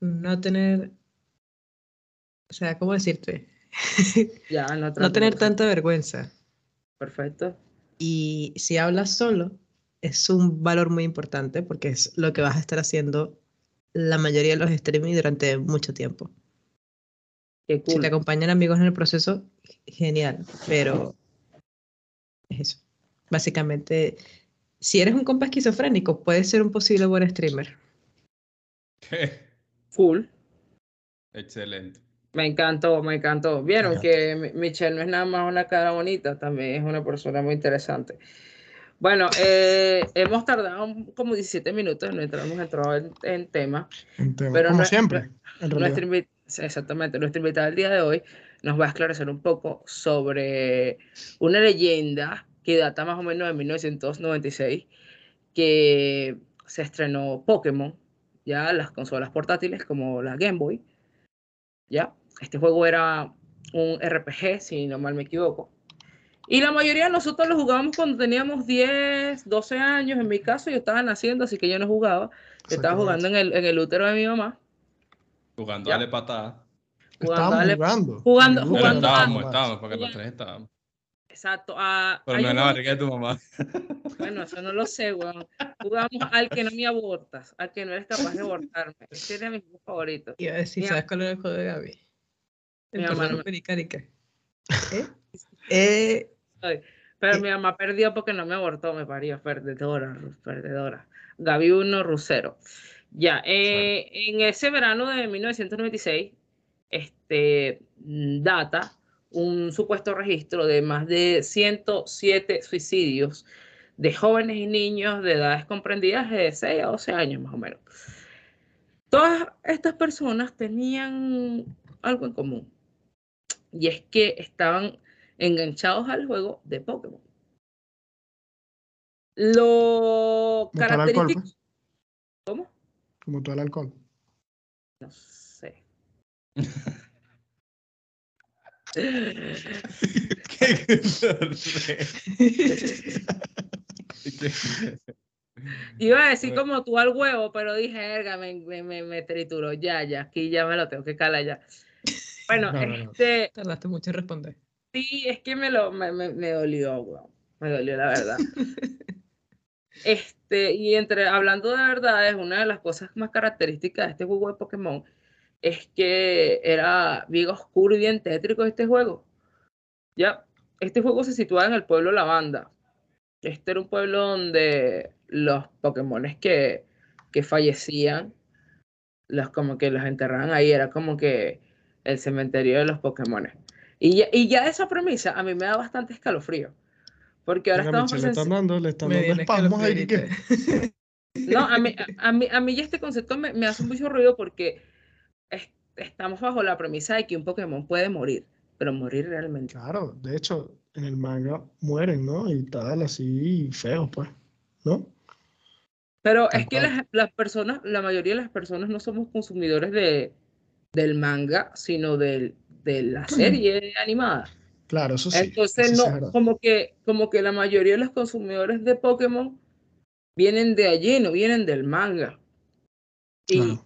Speaker 5: no tener. O sea, ¿cómo decirte?
Speaker 4: Ya, Ah, no,
Speaker 5: no tener
Speaker 4: tanto.
Speaker 5: tanta vergüenza.
Speaker 4: Perfecto.
Speaker 5: Y si hablas solo, es un valor muy importante porque es lo que vas a estar haciendo la mayoría de los streaming durante mucho tiempo.
Speaker 4: Qué
Speaker 5: Si te
Speaker 4: cool.
Speaker 5: acompañan amigos en el proceso, genial, pero es eso. Básicamente, si eres un compa esquizofrénico, puedes ser un posible buen streamer.
Speaker 4: Full.
Speaker 3: Excelente.
Speaker 4: Me encantó, me encantó. Vieron
Speaker 2: encanta.
Speaker 4: que Mi- Michelle no es nada más una cara bonita, también es una persona muy interesante. Bueno, eh, hemos tardado un- como 17 minutos, no entramos entrado en, en tema.
Speaker 2: Un tema.
Speaker 4: Pero
Speaker 2: Como
Speaker 4: no-
Speaker 2: siempre, en realidad.
Speaker 4: Nuestra invi- exactamente, nuestra invitada del día de hoy nos va a esclarecer un poco sobre una leyenda que data más o menos de 1996, que se estrenó Pokémon, ya las consolas portátiles como la Game Boy, ya. Este juego era un RPG, si no mal me equivoco. Y la mayoría de nosotros lo jugábamos cuando teníamos 10, 12 años. En mi caso, yo estaba naciendo, así que yo no jugaba. Yo estaba
Speaker 2: Exactamente.
Speaker 4: jugando en el, en el útero de mi mamá.
Speaker 3: Jugando
Speaker 4: Ya.
Speaker 3: a patada.
Speaker 4: jugando,
Speaker 2: Estábamos
Speaker 4: dale-
Speaker 2: jugando.
Speaker 4: pues.
Speaker 2: Con
Speaker 4: jugando-
Speaker 2: el
Speaker 3: Pero
Speaker 2: grupo de
Speaker 4: jugando
Speaker 2: las
Speaker 3: estábamos,
Speaker 2: mamás.
Speaker 3: estábamos, porque los tres estábamos.
Speaker 4: Exacto. a-
Speaker 3: Pero
Speaker 4: hay
Speaker 3: no en
Speaker 4: un
Speaker 3: la
Speaker 4: juego-
Speaker 3: barriga de tu mamá.
Speaker 4: Bueno, eso no lo sé, weón. Jugamos al que no me abortas, al que no eres capaz de abortarme. Ese era mi juego favorito.
Speaker 5: Y a ver si
Speaker 4: Mi-
Speaker 5: sabes cuál es el juego de Gaby. El
Speaker 4: Mi mamá
Speaker 5: portero
Speaker 4: no me-
Speaker 5: pericarica. ¿Eh? Eh,
Speaker 4: Pero
Speaker 5: Eh.
Speaker 4: mi mamá perdió porque no me abortó, me parió. Perdedora, perdedora. Gaby 1, Rusero. Ya, eh, en ese verano de 1996, este, mm, data un supuesto registro de más de 107 suicidios de jóvenes y niños de edades comprendidas de 6 a 12 años más o menos. Todas estas personas tenían algo en común y es que estaban enganchados al juego de Pokémon. Lo
Speaker 2: Como todo el alcohol,
Speaker 4: característico...
Speaker 2: pues.
Speaker 4: ¿Cómo?
Speaker 2: Como todo el alcohol.
Speaker 4: No sé.
Speaker 3: Qué grosero. Qué-
Speaker 4: Iba a decir
Speaker 2: Pues
Speaker 3: Bueno.
Speaker 4: como tú al huevo, pero dije, erga, me, me, me, me trituró, ya, ya, aquí ya me lo tengo que calar ya. Bueno,
Speaker 2: No, no, no.
Speaker 4: este,
Speaker 5: tardaste mucho en responder.
Speaker 4: sí, es que me lo, me, me, me dolió, weón, me dolió la verdad. Este, y entre, hablando de verdades, una de las cosas más características de este juego de Pokémon es que era bien oscuro y bien tétrico este juego. Ya, este juego se situaba en el pueblo Lavanda. Este era un pueblo donde los Pokémones que, que fallecían, los como que los enterraban ahí, era como que el cementerio de los Pokémones. Y ya, y ya esa premisa a mí me da bastante escalofrío. Porque ahora
Speaker 2: Mira,
Speaker 4: estamos
Speaker 2: Michelle, le están
Speaker 4: presenci-
Speaker 2: dando, le están
Speaker 5: Me
Speaker 2: dando
Speaker 5: viene
Speaker 2: espasmos ahí.
Speaker 5: escalofrío
Speaker 2: Que...
Speaker 5: ahorita.
Speaker 4: No, a mí, a, a mí, a mí ya este concepto me, me hace mucho ruido porque es- estamos bajo la premisa de que un Pokémon puede morir, pero morir realmente.
Speaker 2: Claro, de hecho, en el manga mueren, ¿no? Y tal, así feo, pues. ¿No?
Speaker 4: Pero
Speaker 2: Tal
Speaker 4: es que las, las personas, la mayoría de las personas no somos consumidores de, del manga, sino del, de la serie animada.
Speaker 2: Claro, eso Mm. sí.
Speaker 4: Entonces,
Speaker 2: eso sí es
Speaker 4: no,
Speaker 2: verdad.
Speaker 4: como que, como que la mayoría de los consumidores de Pokémon vienen de allí, no vienen del manga. Y,
Speaker 2: Claro.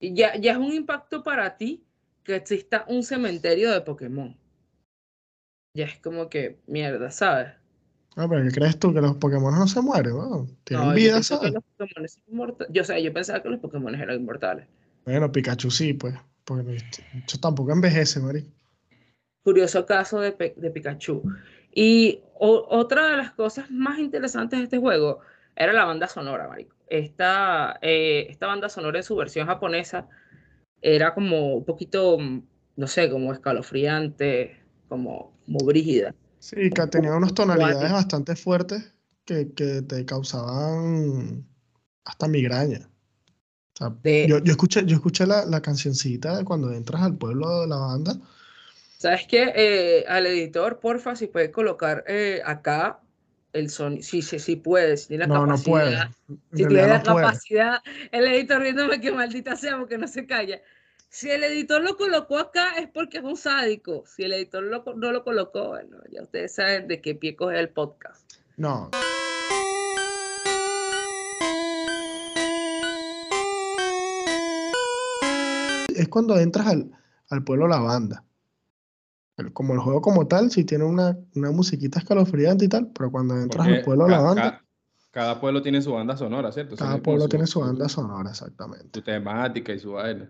Speaker 4: y ya, ya es un impacto para ti que exista un cementerio de Pokémon. Ya es como que mierda, ¿sabes?
Speaker 2: Ah, pero ¿qué crees tú? Que los Pokémon no se mueren, ¿no? Tienen
Speaker 4: No, yo
Speaker 2: vida,
Speaker 4: pensaba que
Speaker 2: ¿sabes?
Speaker 4: los Pokémon son inmorta- Yo, o sea, yo pensaba que los Pokémon eran inmortales.
Speaker 2: Bueno, Pikachu sí, pues. Porque no- yo tampoco envejece, Mari.
Speaker 4: curioso caso de, Pe- de Pikachu. Y o- otra de las cosas más interesantes de este juego era la banda sonora, marico. Esta, eh, esta banda sonora en su versión japonesa era como un poquito, mm, no sé, como escalofriante, como, como brígida.
Speaker 2: Sí, que tenía unas tonalidades
Speaker 4: Cuatro.
Speaker 2: bastante fuertes que, que te causaban hasta migraña. O sea,
Speaker 4: De-
Speaker 2: yo, yo escuché, yo escuché la, la cancioncita de cuando entras al pueblo de la banda.
Speaker 4: ¿Sabes qué? Eh, al editor, porfa, si puede colocar eh, acá el sonido, si, si, si puede, si tiene la
Speaker 2: No, no
Speaker 4: capacidad.
Speaker 2: puede. En
Speaker 4: Si
Speaker 2: realidad
Speaker 4: tiene la
Speaker 2: no puede.
Speaker 4: capacidad, el editor riéndome que maldita sea porque no se calla. Si el editor lo colocó acá es porque es un sádico. Si el editor lo- no lo colocó, bueno, ya ustedes saben de qué pie coge el podcast.
Speaker 2: No. Es cuando entras al, al pueblo la banda. El- como el juego como tal, si tiene una, una musiquita escalofriante y tal, pero cuando entras
Speaker 3: Porque
Speaker 2: al pueblo la
Speaker 3: ca-
Speaker 2: banda,
Speaker 3: ca- cada pueblo tiene su banda sonora, ¿cierto?
Speaker 2: cada
Speaker 3: Tiene como
Speaker 2: pueblo tiene su banda sonora, exactamente.
Speaker 3: Su temática y su vaina.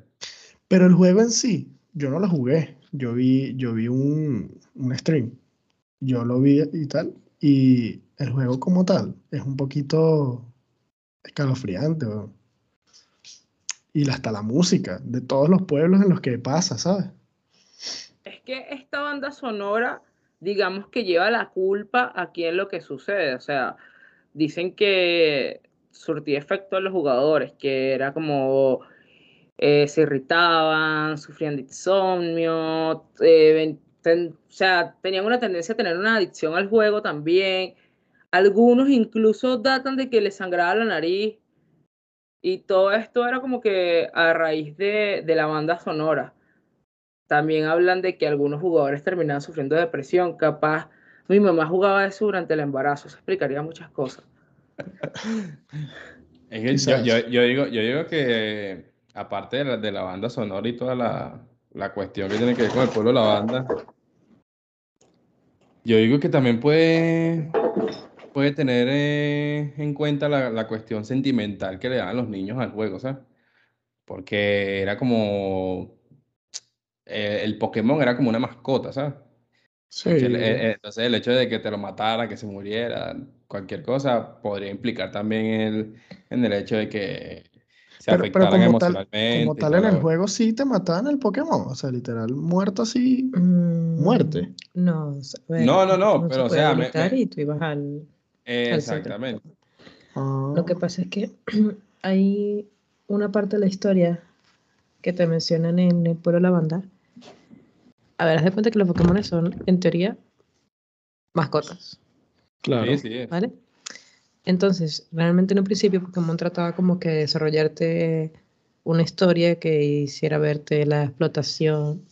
Speaker 2: Pero el juego en sí, yo no lo jugué. Yo vi, yo vi un, un stream. Yo lo vi y tal. Y el juego como tal es un poquito escalofriante. weón. Y hasta la música de todos los pueblos en los que pasa, ¿sabes?
Speaker 4: Es que esta banda sonora, digamos que lleva la culpa aquí en lo que sucede. O sea, dicen que surtía efecto a los jugadores, que era como eh, se irritaban, sufrían de insomnio, eh, ven- ten- o sea, tenían una tendencia a tener una adicción al juego también. Algunos incluso datan de que les sangraba la nariz. Y todo esto era como que a raíz de, de la banda sonora. También hablan de que algunos jugadores terminaban sufriendo depresión, capaz. Mi mamá jugaba eso durante el embarazo, eso explicaría muchas cosas.
Speaker 3: Es que yo,
Speaker 2: Quizás.
Speaker 3: yo- yo digo, yo digo que, aparte de la, de la banda sonora y toda la, la cuestión que tiene que ver con el pueblo de la banda, yo digo que también puede, puede tener eh, en cuenta la, la cuestión sentimental que le dan los niños al juego, ¿sabes? Porque era como... eh, el Pokémon era como una mascota, ¿sabes?
Speaker 2: Sí.
Speaker 3: Que el- eh, eh, Entonces el hecho de que te lo matara, que se muriera, cualquier cosa, podría implicar también el, en el hecho de que se
Speaker 2: Pero- pero
Speaker 3: afectaran
Speaker 2: como tal-
Speaker 3: emocionalmente.
Speaker 2: Como
Speaker 3: y
Speaker 2: tal
Speaker 3: toda
Speaker 2: en
Speaker 3: la
Speaker 2: el
Speaker 3: hue-
Speaker 2: juego sí te mataban el Pokémon. O sea, literal, muerto así. Mm, Muerte.
Speaker 5: No, o sea, a ver,
Speaker 3: No, no, no,
Speaker 5: se
Speaker 3: pero, o
Speaker 5: puede
Speaker 3: sea, me-
Speaker 5: habilitar
Speaker 3: me-
Speaker 5: y tú ibas al...
Speaker 3: Exactamente.
Speaker 2: Ah,
Speaker 5: Lo que pasa es que hay una parte de la historia que te mencionan en el pueblo de la banda. A ver, haz de cuenta que los Pokémon son, en teoría, mascotas,
Speaker 2: claro.
Speaker 3: Sí, sí. es.
Speaker 5: ¿vale? Entonces, realmente en un principio Pokémon trataba como que de desarrollarte una historia que hiciera verte la explotación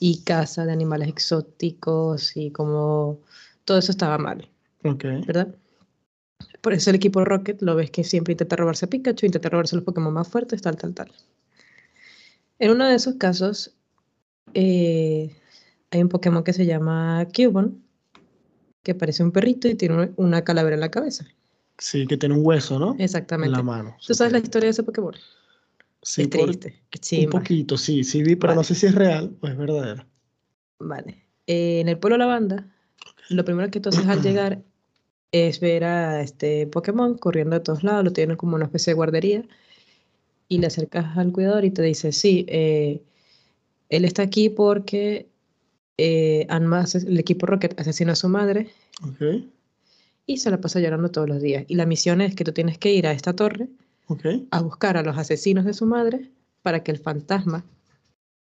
Speaker 5: y caza de animales exóticos y como todo eso estaba mal.
Speaker 2: Ok.
Speaker 5: ¿verdad? Por eso el equipo Rocket lo ves que siempre intenta robarse a Pikachu, intenta robarse los Pokémon más fuertes, tal, tal, tal. En uno de esos casos, eh, hay un Pokémon que se llama Cubone, que parece un perrito y tiene un- una calavera en la cabeza.
Speaker 2: Sí, que tiene un hueso, ¿no? En
Speaker 5: Exactamente.
Speaker 2: la mano.
Speaker 5: ¿Tú sabes la historia de ese Pokémon?
Speaker 2: Sí,
Speaker 5: es
Speaker 2: por-
Speaker 5: triste. es
Speaker 2: Un
Speaker 5: chimba.
Speaker 2: poquito, sí, sí vi, pero no
Speaker 5: Vale.
Speaker 2: sé si es real o es verdadero.
Speaker 5: Vale. Eh, en el pueblo La Banda, lo primero que tú haces al llegar es ver a este Pokémon corriendo a todos lados, lo tienen como una especie de guardería, y le acercas al cuidador y te dice, sí, eh, él está aquí porque eh, Anma ases- el equipo Rocket asesinó a su madre
Speaker 2: Ok,
Speaker 5: y se la pasa llorando todos los días. Y la misión es que tú tienes que ir a esta torre
Speaker 2: ok.
Speaker 5: a buscar a los asesinos de su madre para que el fantasma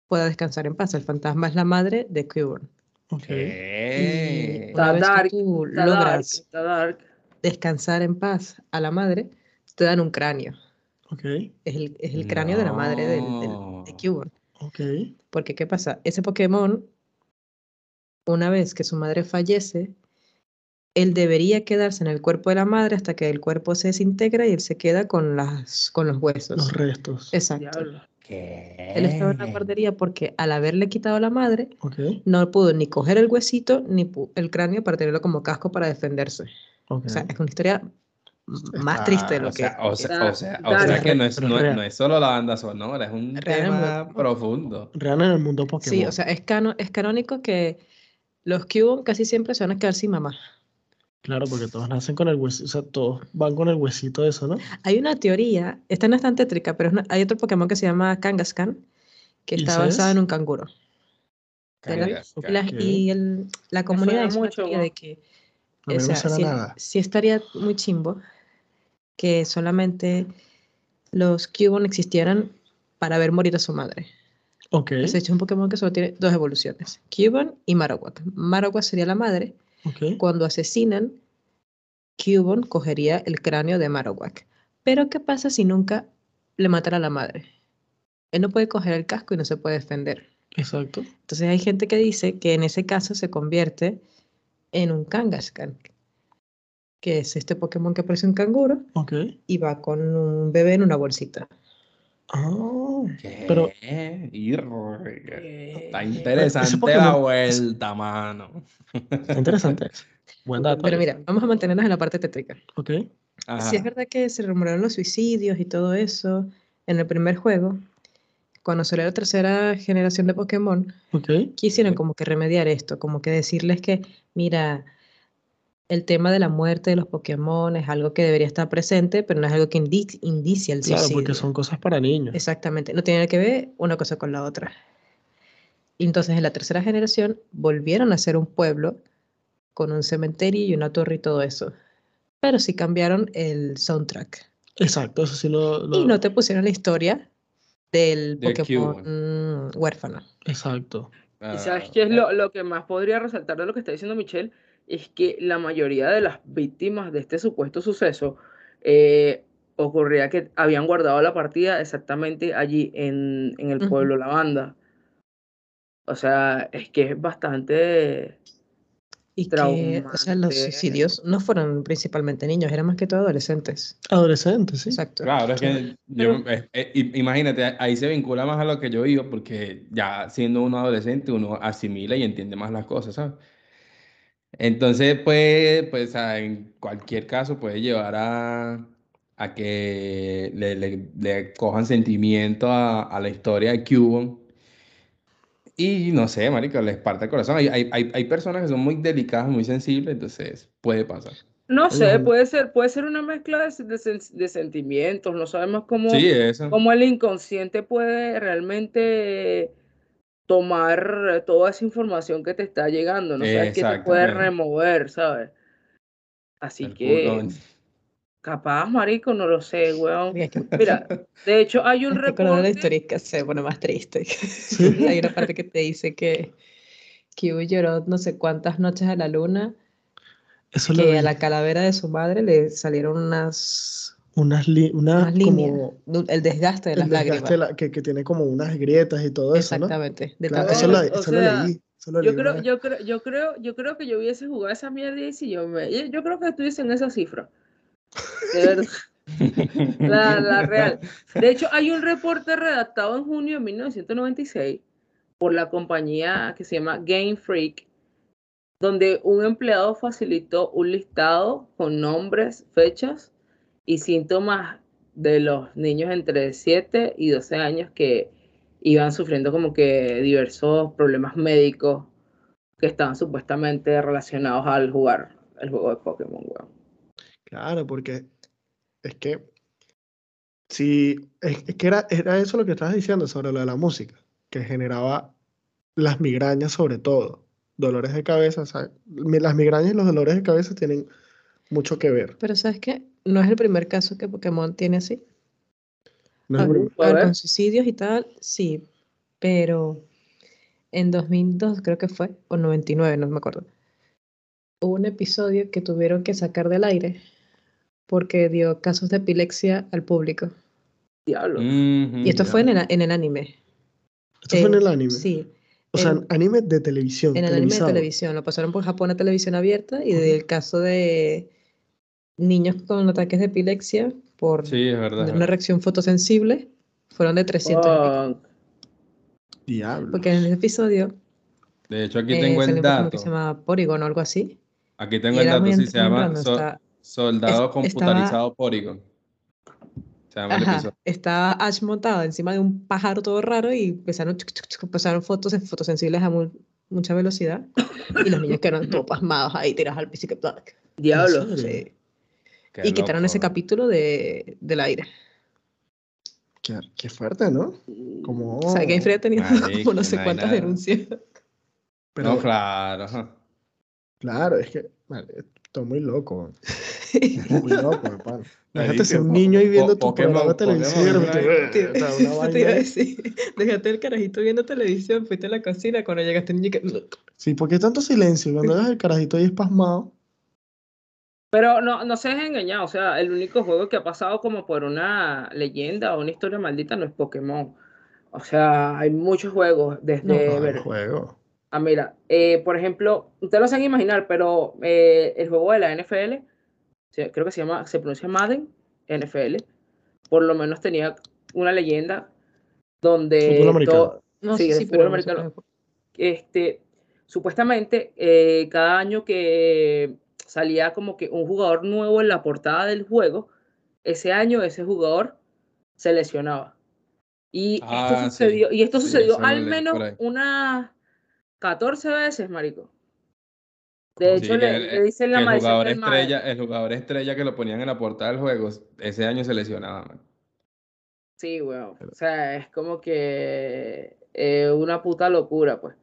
Speaker 5: pueda descansar en paz. El fantasma es la madre de Quiburn.
Speaker 2: Ok.
Speaker 5: Y
Speaker 3: ¿Qué?
Speaker 5: una
Speaker 4: Está
Speaker 5: vez
Speaker 4: dark,
Speaker 5: que tú
Speaker 4: Está dark,
Speaker 5: logras
Speaker 4: está dark.
Speaker 5: descansar en paz a la madre, te dan un cráneo.
Speaker 2: Ok.
Speaker 5: Es el, es el cráneo de la madre del, del- de
Speaker 3: No.
Speaker 5: Cubone.
Speaker 2: Ok.
Speaker 5: Porque, ¿qué pasa? Ese Pokémon, una vez que su madre fallece, él debería quedarse en el cuerpo de la madre hasta que el cuerpo se desintegra y él se queda con, las, con los huesos.
Speaker 2: Los restos.
Speaker 5: Exacto.
Speaker 4: Diablo.
Speaker 3: ¿Qué?
Speaker 5: Él estaba en la guardería porque al haberle quitado a la madre,
Speaker 2: Ok.
Speaker 5: no pudo ni coger el huesito ni pu- el cráneo para tenerlo como casco para defenderse.
Speaker 2: Ok.
Speaker 5: O sea, es una historia m- más
Speaker 2: Está-
Speaker 5: triste de lo
Speaker 3: Ah, O
Speaker 5: que
Speaker 3: sea, o sea, o sea, o
Speaker 4: Dale.
Speaker 3: sea que no es,
Speaker 2: Pero
Speaker 3: no,
Speaker 2: real.
Speaker 3: no es solo la banda sonora, es un
Speaker 5: Real,
Speaker 3: tema
Speaker 5: ¿no?
Speaker 3: profundo.
Speaker 2: Real en el mundo Pokémon.
Speaker 5: Sí, o sea, es, cano- es canónico que los Cubone casi siempre se van a quedar sin mamá.
Speaker 2: Claro, porque todos nacen con el huesito, o sea, todos van con el huesito de eso, ¿no?
Speaker 5: Hay una teoría, esta no es tan tétrica, pero es una- hay otro Pokémon que se llama Kangaskhan, que
Speaker 2: ¿Y
Speaker 5: está
Speaker 2: ese
Speaker 5: basado
Speaker 2: es?
Speaker 5: en un canguro. De la-
Speaker 3: Cargas,
Speaker 5: Y, la,
Speaker 3: cargas.
Speaker 5: y el- la
Speaker 4: suena
Speaker 5: comunidad es una
Speaker 4: mucho,
Speaker 5: teoría
Speaker 4: weón.
Speaker 5: de que
Speaker 2: A mí
Speaker 5: o
Speaker 2: no me
Speaker 5: sea,
Speaker 2: suena
Speaker 5: sí,
Speaker 2: nada.
Speaker 5: sí estaría muy chimbo que solamente los Cubone existieran para ver morir a su madre.
Speaker 2: Ok.
Speaker 5: Entonces, De hecho, es un Pokémon que solo tiene dos evoluciones, Cubone y Marowak. Marowak sería la madre,
Speaker 2: Ok.
Speaker 5: cuando asesinan, Cubone cogería el cráneo de Marowak. Pero ¿qué pasa si nunca le matara a la madre? Él no puede coger el casco y no se puede defender.
Speaker 2: Exacto.
Speaker 5: Entonces hay gente que dice que en ese caso se convierte en un Kangaskhan, que es este Pokémon que parece un canguro
Speaker 2: Ok.
Speaker 5: y va con un bebé en una bolsita.
Speaker 2: Ah,
Speaker 3: ¿Qué?
Speaker 2: Pero-
Speaker 4: Eh,
Speaker 3: Irre. Está
Speaker 2: Ese
Speaker 3: interesante
Speaker 2: Pokémon-
Speaker 3: la vuelta, mano.
Speaker 2: está interesante eso. Buen dato.
Speaker 5: Pero mira, vamos a mantenernos en la parte tétrica.
Speaker 2: Ok.
Speaker 3: Ajá.
Speaker 5: Sí, es verdad que se rumoraron los suicidios y todo eso en el primer juego. Cuando salió la tercera generación de Pokémon,
Speaker 2: Ok.
Speaker 5: quisieron como que remediar esto, como que decirles que, mira, el tema de la muerte de los Pokémon es algo que debería estar presente, pero no es algo que indi- indicia el
Speaker 2: Claro,
Speaker 5: suicidio.
Speaker 2: porque son cosas para niños.
Speaker 5: Exactamente, no tiene que ver una cosa con la otra. Y Entonces, en la tercera generación volvieron a ser un pueblo con un cementerio y una torre y todo eso. Pero sí cambiaron el soundtrack.
Speaker 2: Exacto, eso sí lo. lo-
Speaker 5: Y no te pusieron la historia del
Speaker 3: Del
Speaker 5: Pokémon huérfano.
Speaker 2: Exacto.
Speaker 3: Ah,
Speaker 4: Y sabes qué es lo, lo que más podría resaltar de lo que está diciendo Michelle, es que la mayoría de las víctimas de este supuesto suceso eh, ocurría que habían guardado la partida exactamente allí en, en el
Speaker 5: Ujú.
Speaker 4: pueblo La Banda. O sea, es que es bastante...
Speaker 5: Y que, o sea, los
Speaker 4: Traumante.
Speaker 5: suicidios no fueron principalmente niños, eran más que todo adolescentes.
Speaker 2: Adolescentes, sí.
Speaker 5: Exacto.
Speaker 3: Claro, es que yo, eh, eh, i- imagínate, ahí se vincula más a lo que yo digo, porque ya siendo uno adolescente uno asimila y entiende más las cosas, ¿sabes? Entonces, pues, pues ah, en cualquier caso puede llevar a, a que le, le- le cojan sentimiento a, a la historia de Cubon. Y no sé, marico, les parte el corazón. Hay, hay, hay- hay personas que son muy delicadas, muy sensibles, entonces puede pasar.
Speaker 4: No sé,
Speaker 2: Ojalá.
Speaker 4: puede ser, puede ser una mezcla de, sen- de sen- de sentimientos, no sabemos cómo...
Speaker 3: Sí, eh. eso.
Speaker 4: cómo el inconsciente puede realmente tomar toda esa información que te está llegando, no sabes qué te puede
Speaker 3: Exactamente.
Speaker 4: remover, ¿sabes? Así
Speaker 3: El
Speaker 4: que
Speaker 3: culo.
Speaker 4: capaz, marico, no lo sé, weón.
Speaker 5: Mira, que-
Speaker 4: Mira, de hecho hay un
Speaker 5: Es
Speaker 3: Este
Speaker 5: que con Este la
Speaker 4: reporte,
Speaker 5: historia es que se pone más triste. Hay una parte que te dice que Q lloró no sé cuántas noches a la luna,
Speaker 2: Eso lo
Speaker 5: que
Speaker 2: vi.
Speaker 5: a la calavera de su madre le salieron unas,
Speaker 2: Unas, li- unas
Speaker 5: unas líneas,
Speaker 2: Ah, como.
Speaker 5: du- el desgaste de
Speaker 2: el
Speaker 5: las lágrimas.
Speaker 2: desgaste de la- que, que tiene como unas grietas y todo eso, ¿no?
Speaker 5: Exactamente. de
Speaker 2: Claro,
Speaker 5: tanto
Speaker 2: eso,
Speaker 5: que-
Speaker 2: lo,
Speaker 4: o
Speaker 2: eso
Speaker 4: sea,
Speaker 2: lo leí. Eso lo
Speaker 4: yo
Speaker 2: leí
Speaker 4: creo,
Speaker 2: una-
Speaker 3: ¿eh?
Speaker 4: yo creo, yo creo, yo creo que yo hubiese jugado esa mierda y si yo me, yo- yo creo que estuviese en esa cifra. De verdad. La, la real. De hecho, hay un reporte redactado en junio de 1996 por la compañía que se llama Game Freak, donde un empleado facilitó un listado con nombres, fechas y síntomas de los niños entre 7 y 12 años que iban sufriendo como que diversos problemas médicos que estaban supuestamente relacionados al jugar el juego de Pokémon, weón.
Speaker 2: Claro, porque es que. Sí, es, es que era, era eso lo que estabas diciendo sobre lo de la música, que generaba las migrañas sobre todo, dolores de cabeza, o sea, mi- las migrañas y los dolores de cabeza tienen mucho que ver.
Speaker 5: Pero sabes que no es el primer caso que Pokémon tiene así.
Speaker 2: No es
Speaker 5: Ah,
Speaker 2: el primer-
Speaker 5: A ver,
Speaker 4: Joder.
Speaker 5: con suicidios y tal, sí, pero en 2002 creo que fue, o 99, no me acuerdo, hubo un episodio que tuvieron que sacar del aire porque dio casos de epilepsia al público.
Speaker 4: Diablo.
Speaker 3: Mm.
Speaker 5: Y esto fue en el, en el anime.
Speaker 2: Mm, Esto fue en el anime.
Speaker 5: Sí,
Speaker 2: o sea,
Speaker 5: en-
Speaker 2: anime de televisión.
Speaker 5: en el anime de
Speaker 2: televisado.
Speaker 5: televisión. Lo pasaron por Japón a televisión abierta y
Speaker 2: Ujú.
Speaker 5: del caso de niños con ataques de epilepsia por
Speaker 3: Sí, es verdad. es
Speaker 5: una
Speaker 3: verdad.
Speaker 5: reacción fotosensible fueron de 300 y pico.
Speaker 4: Fuck.
Speaker 2: Diablo.
Speaker 5: Porque en ese episodio
Speaker 3: De hecho, aquí
Speaker 5: eh,
Speaker 3: tengo
Speaker 5: salió
Speaker 3: el
Speaker 5: un Pokémon que
Speaker 3: dato.
Speaker 5: se llamaba Porygon o algo así.
Speaker 3: Aquí
Speaker 5: Y
Speaker 3: tengo el
Speaker 5: era
Speaker 3: dato,
Speaker 5: muy
Speaker 3: sí,
Speaker 5: ent-
Speaker 3: se
Speaker 5: muy
Speaker 3: llama
Speaker 5: random,
Speaker 3: So-
Speaker 5: está-
Speaker 3: Soldado
Speaker 5: estaba-
Speaker 3: Computarizado Porygon. Se llama el
Speaker 5: ajá,
Speaker 3: episodio.
Speaker 5: estaba Ash montado encima de un pájaro todo raro y empezaron, chuc, chuc, chuc, pasaron fotos fotosensibles a mu- mucha velocidad. Y los niños quedaron todos pasmados ahí tirados al piso y que plac.
Speaker 4: Diablo.
Speaker 2: ¿En serio?
Speaker 5: Sí.
Speaker 3: Qué
Speaker 5: Y quitaron ese
Speaker 3: loco.
Speaker 5: capítulo de, del aire.
Speaker 2: Qué, qué fuerte, ¿no? Como.
Speaker 5: O sea,
Speaker 3: Oh,
Speaker 5: Game Freak ha tenido
Speaker 3: marico,
Speaker 5: como no sé
Speaker 3: no hay
Speaker 5: cuántas
Speaker 3: nada.
Speaker 5: denuncias.
Speaker 2: Pero
Speaker 3: No, claro. ajá.
Speaker 2: claro, es que. Vale, estoy muy loco. Muy loco, mi pana. Déjate
Speaker 3: Marico,
Speaker 2: ser un
Speaker 3: po-
Speaker 2: niño ahí viendo
Speaker 3: po-
Speaker 2: tu
Speaker 3: Pokémon,
Speaker 2: programa de televisión y de
Speaker 3: Pokémon,
Speaker 2: repente,
Speaker 5: Te-
Speaker 2: "Eh", o sea, una
Speaker 5: Eso te iba a
Speaker 2: vaina.
Speaker 5: decir. Dejaste el carajito viendo televisión, fuiste a la cocina, cuando llegaste niño que...
Speaker 2: Sí, ¿por qué tanto silencio?
Speaker 4: Eh,
Speaker 2: Cuando dejas el carajito ahí espasmado.
Speaker 4: Pero no, no se dejes engañar, o sea, el único juego que ha pasado como por una leyenda o una historia maldita no es Pokémon. O sea, hay muchos juegos desde...
Speaker 2: no,
Speaker 4: eh, ver-
Speaker 2: el juego.
Speaker 4: Ah, mira, eh, por ejemplo, ustedes lo saben imaginar, pero eh, el juego de la NFL, se- creo que se llama, se pronuncia Madden, NFL, por lo menos tenía una leyenda donde
Speaker 2: Fútbol americano.
Speaker 4: eh, to-
Speaker 5: No
Speaker 4: Sí,
Speaker 5: sé
Speaker 4: el
Speaker 5: si
Speaker 4: fútbol
Speaker 5: pero no sé
Speaker 4: americano.
Speaker 5: qué-
Speaker 4: este, supuestamente eh, cada año que salía como que un jugador nuevo en la portada del juego, ese año ese jugador se lesionaba. Y
Speaker 3: Ah,
Speaker 4: esto
Speaker 3: sí.
Speaker 4: sucedió, y esto
Speaker 3: Sí,
Speaker 4: sucedió
Speaker 3: eso lo
Speaker 4: al
Speaker 3: leí
Speaker 4: menos
Speaker 3: por ahí.
Speaker 4: unas 14 veces, marico. De
Speaker 3: Sí,
Speaker 4: hecho,
Speaker 3: que
Speaker 4: le,
Speaker 3: el-
Speaker 4: le dicen
Speaker 3: que
Speaker 4: la
Speaker 3: el
Speaker 4: maldición
Speaker 3: jugador
Speaker 4: del Madden.
Speaker 3: estrella, el jugador estrella que lo ponían en la portada del juego, ese año se lesionaba, man.
Speaker 4: Sí, weón. O sea, es como que eh, una puta locura, pues.